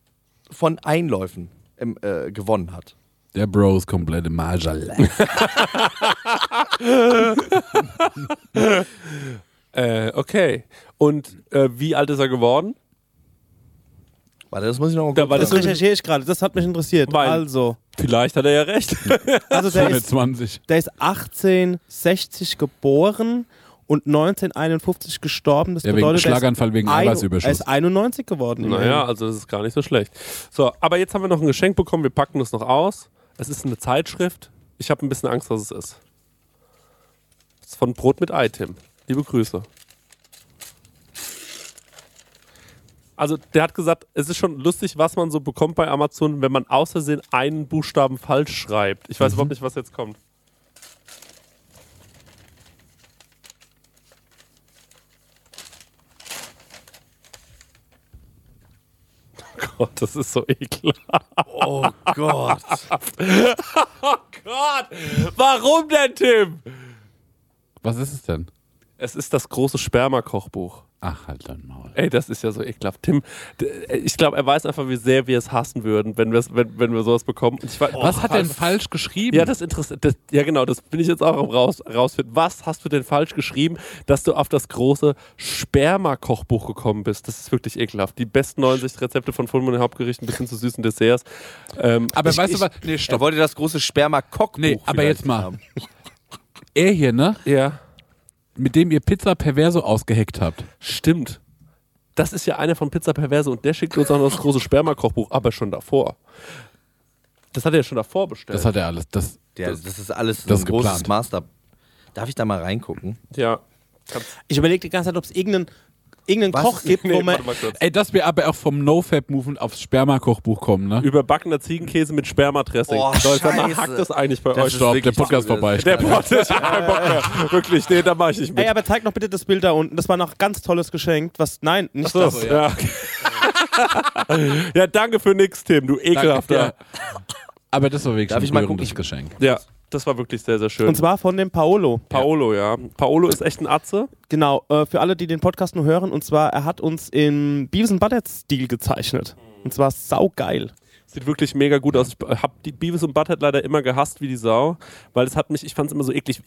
von Einläufen ähm, äh, gewonnen hat. Der Bro ist komplett im Marjal. Äh, okay. Und äh, wie alt ist er geworden? Warte, das muss ich noch mal Oh Da kurz war Das das- sagen. recherchiere ich gerade. Das hat mich interessiert. Weil- Also, Vielleicht hat er ja recht. also der ist 20. Der ist 1860 geboren und 1951 gestorben. Das Ja, wegen bedeutet, Schlaganfall er, ist wegen ein- Eiweißüberschuss. er ist 91 geworden. naja, also das ist gar nicht so schlecht. So, aber jetzt haben wir noch ein Geschenk bekommen, wir packen das noch aus. Es ist eine Zeitschrift. Ich habe ein bisschen Angst, was es ist. Es ist von Brot mit Ei, Tim. Liebe Grüße. Also, der hat gesagt, es ist schon lustig, was man so bekommt bei Amazon, wenn man außersehen einen Buchstaben falsch schreibt. Ich weiß überhaupt nicht, was jetzt kommt. Gott, das ist so ekelhaft. Oh Gott. Oh Gott! Warum denn, Tim? Was ist es denn? Es ist das große Sperma-Kochbuch. Ach, halt dein Maul. Ey, das ist ja so ekelhaft. Tim, d- ich glaube, er weiß einfach, wie sehr wir es hassen würden, wenn, wir's- wenn, wenn wir sowas bekommen. Ich weiß, Was hat denn falsch geschrieben? Oh, Ja, das interessiert. Das, ja, genau, das bin ich jetzt auch am raus, rausfinden. Was hast du denn falsch geschrieben, dass du auf das große Sperma-Kochbuch gekommen bist? Das ist wirklich ekelhaft. Die besten 90 Rezepte von Fulmon Hauptgerichten bis hin zu süßen Desserts. Ähm, aber Ich- weißt ich- du was? Nee, Er stopp. wollte das große Sperma-Kockbuch. Nee, aber vielleicht jetzt mal. haben. Er hier, ne? ja, Mit dem ihr Pizza Perverso ausgeheckt habt. stimmt. Das ist ja einer von Pizza Perverse und der schickt uns auch noch das große Sperma-Kochbuch, aber schon davor. Das hat er ja schon davor bestellt. Das hat er alles. Das, Der, das, ist alles das ein ist großes geplant. Oh, Master. Darf ich da mal reingucken? ja. Ich überlege die ganze Zeit, ob es irgendeinen irgendeinen Was? Koch gibt, wo Nee, man. warte mal kurz. ey, dass wir aber auch vom NoFap-Movement aufs Sperma-Kochbuch kommen, ne? Überbackener Ziegenkäse mit Sperma-Dressing. Oh, Leute, Scheiße. hakt das eigentlich bei Das euch? ist Stopp, der wirklich Podcast cool. vorbei. Der Pott ist kein Bock mehr. Wirklich, nee, da mache ich nicht mit. Ey, aber zeig noch bitte das Bild da unten. Das war noch ganz tolles Geschenk. Was? Nein, nicht So, das. ja. ja, danke für nix, Tim, du ekelhafter. Aber das war wirklich Darf ein ich mal rührendes gucken? Geschenk. Ja, das war wirklich sehr, sehr schön. Und zwar von dem Paolo. Paolo, ja. Paolo ist echt ein Atze. Genau, äh, für alle, die den Podcast nur hören. Und zwar, er hat uns im Beavis and Butthead-Stil gezeichnet. Und zwar saugeil. Sieht wirklich mega gut aus. Ich hab die Beavis und Butthead leider immer gehasst wie die Sau, weil es hat mich, ich fand's immer so eklig,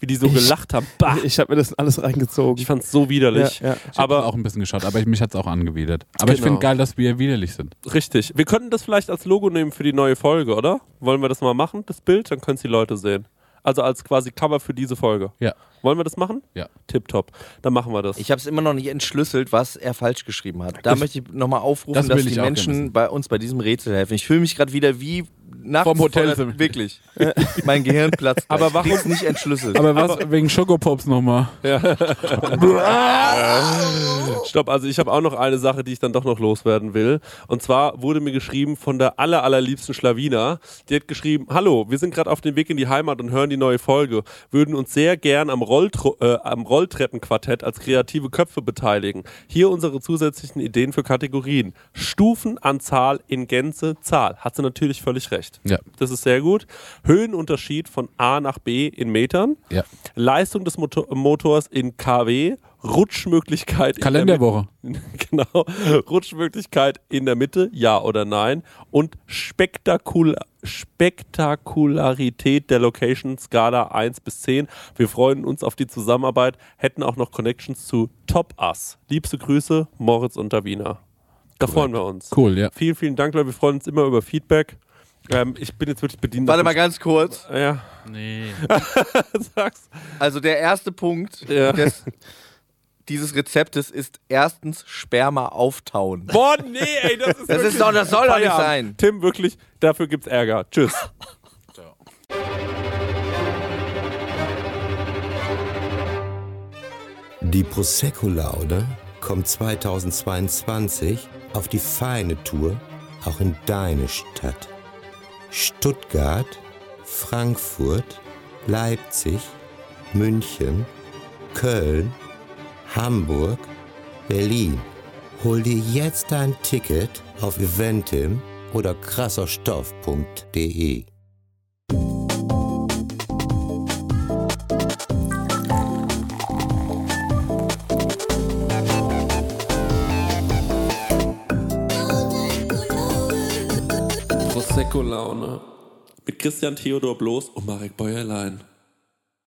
wie die so gelacht haben. Bah. Ich habe mir das alles Ich reingezogen. fand's so widerlich. Ja, ja. Aber auch ein bisschen geschaut, aber ich, mich hat's auch angewidert. Aber ich Genau. finde geil, dass wir widerlich sind. Richtig. Wir könnten das vielleicht als Logo nehmen für die neue Folge, oder? Wollen wir das mal machen, das Bild? Dann können es die Leute sehen. Also als quasi Cover für diese Folge. Ja. Wollen wir das machen? Ja. Tipptopp. Dann machen wir das. Ich habe es immer noch nicht entschlüsselt, was er falsch geschrieben hat. Da möchte ich nochmal aufrufen, Das will dass ich die auch gerne Menschen wissen. bei uns bei diesem Rätsel helfen. Ich fühle mich gerade wieder wie nachts Vom Hotel. voller- Wirklich. mein Gehirn platzt. gleich. Aber warum- Die ist nicht entschlüsselt. Aber was wegen Schokopops nochmal? Stopp, also ich habe auch noch eine Sache, die ich dann doch noch loswerden will. Und zwar wurde mir geschrieben von der aller, allerliebsten Schlawina. Die hat geschrieben, hallo, wir sind gerade auf dem Weg in die Heimat und hören die neue Folge. Würden uns sehr gern am, Rolltro äh, am Rolltreppenquartett als kreative Köpfe beteiligen. Hier unsere zusätzlichen Ideen für Kategorien. Stufenanzahl in Gänze, Zahl. Hat sie natürlich völlig recht. Ja. Das ist sehr gut. Höhenunterschied von A nach B in Metern. Ja. Leistung des Motor Motors in KW, Rutschmöglichkeit Kalenderwoche. in der Mitte. Genau. Rutschmöglichkeit in der Mitte, ja oder nein. Und Spektakul Spektakularität der Location, Skala 1 bis 10. Wir freuen uns auf die Zusammenarbeit, hätten auch noch Connections zu Top Us. Liebste Grüße, Moritz und Davina. Da freuen wir uns. Cool, ja. Vielen, vielen Dank, Leute. Wir freuen uns immer über Feedback. Ähm, ich bin jetzt wirklich bedient. Ah, Warte mal ganz kurz. Ja. Nee. Sag's. Also der erste Punkt des, dieses Rezeptes ist erstens Sperma auftauen. Boah, nee, ey, das ist Das, wirklich ist doch, das soll doch nicht Feierabend. sein. Tim, wirklich, dafür gibt's Ärger. Tschüss. Die Prosecco Laude kommt 2022 auf die feine Tour auch in deine Stadt. Stuttgart, Frankfurt, Leipzig, München, Köln, Hamburg, Berlin. Hol dir jetzt dein Ticket auf eventim oder krasserstoff.de. Prosecco-Laune. Mit Christian Theodor Bloß und Marek Bäuerlein.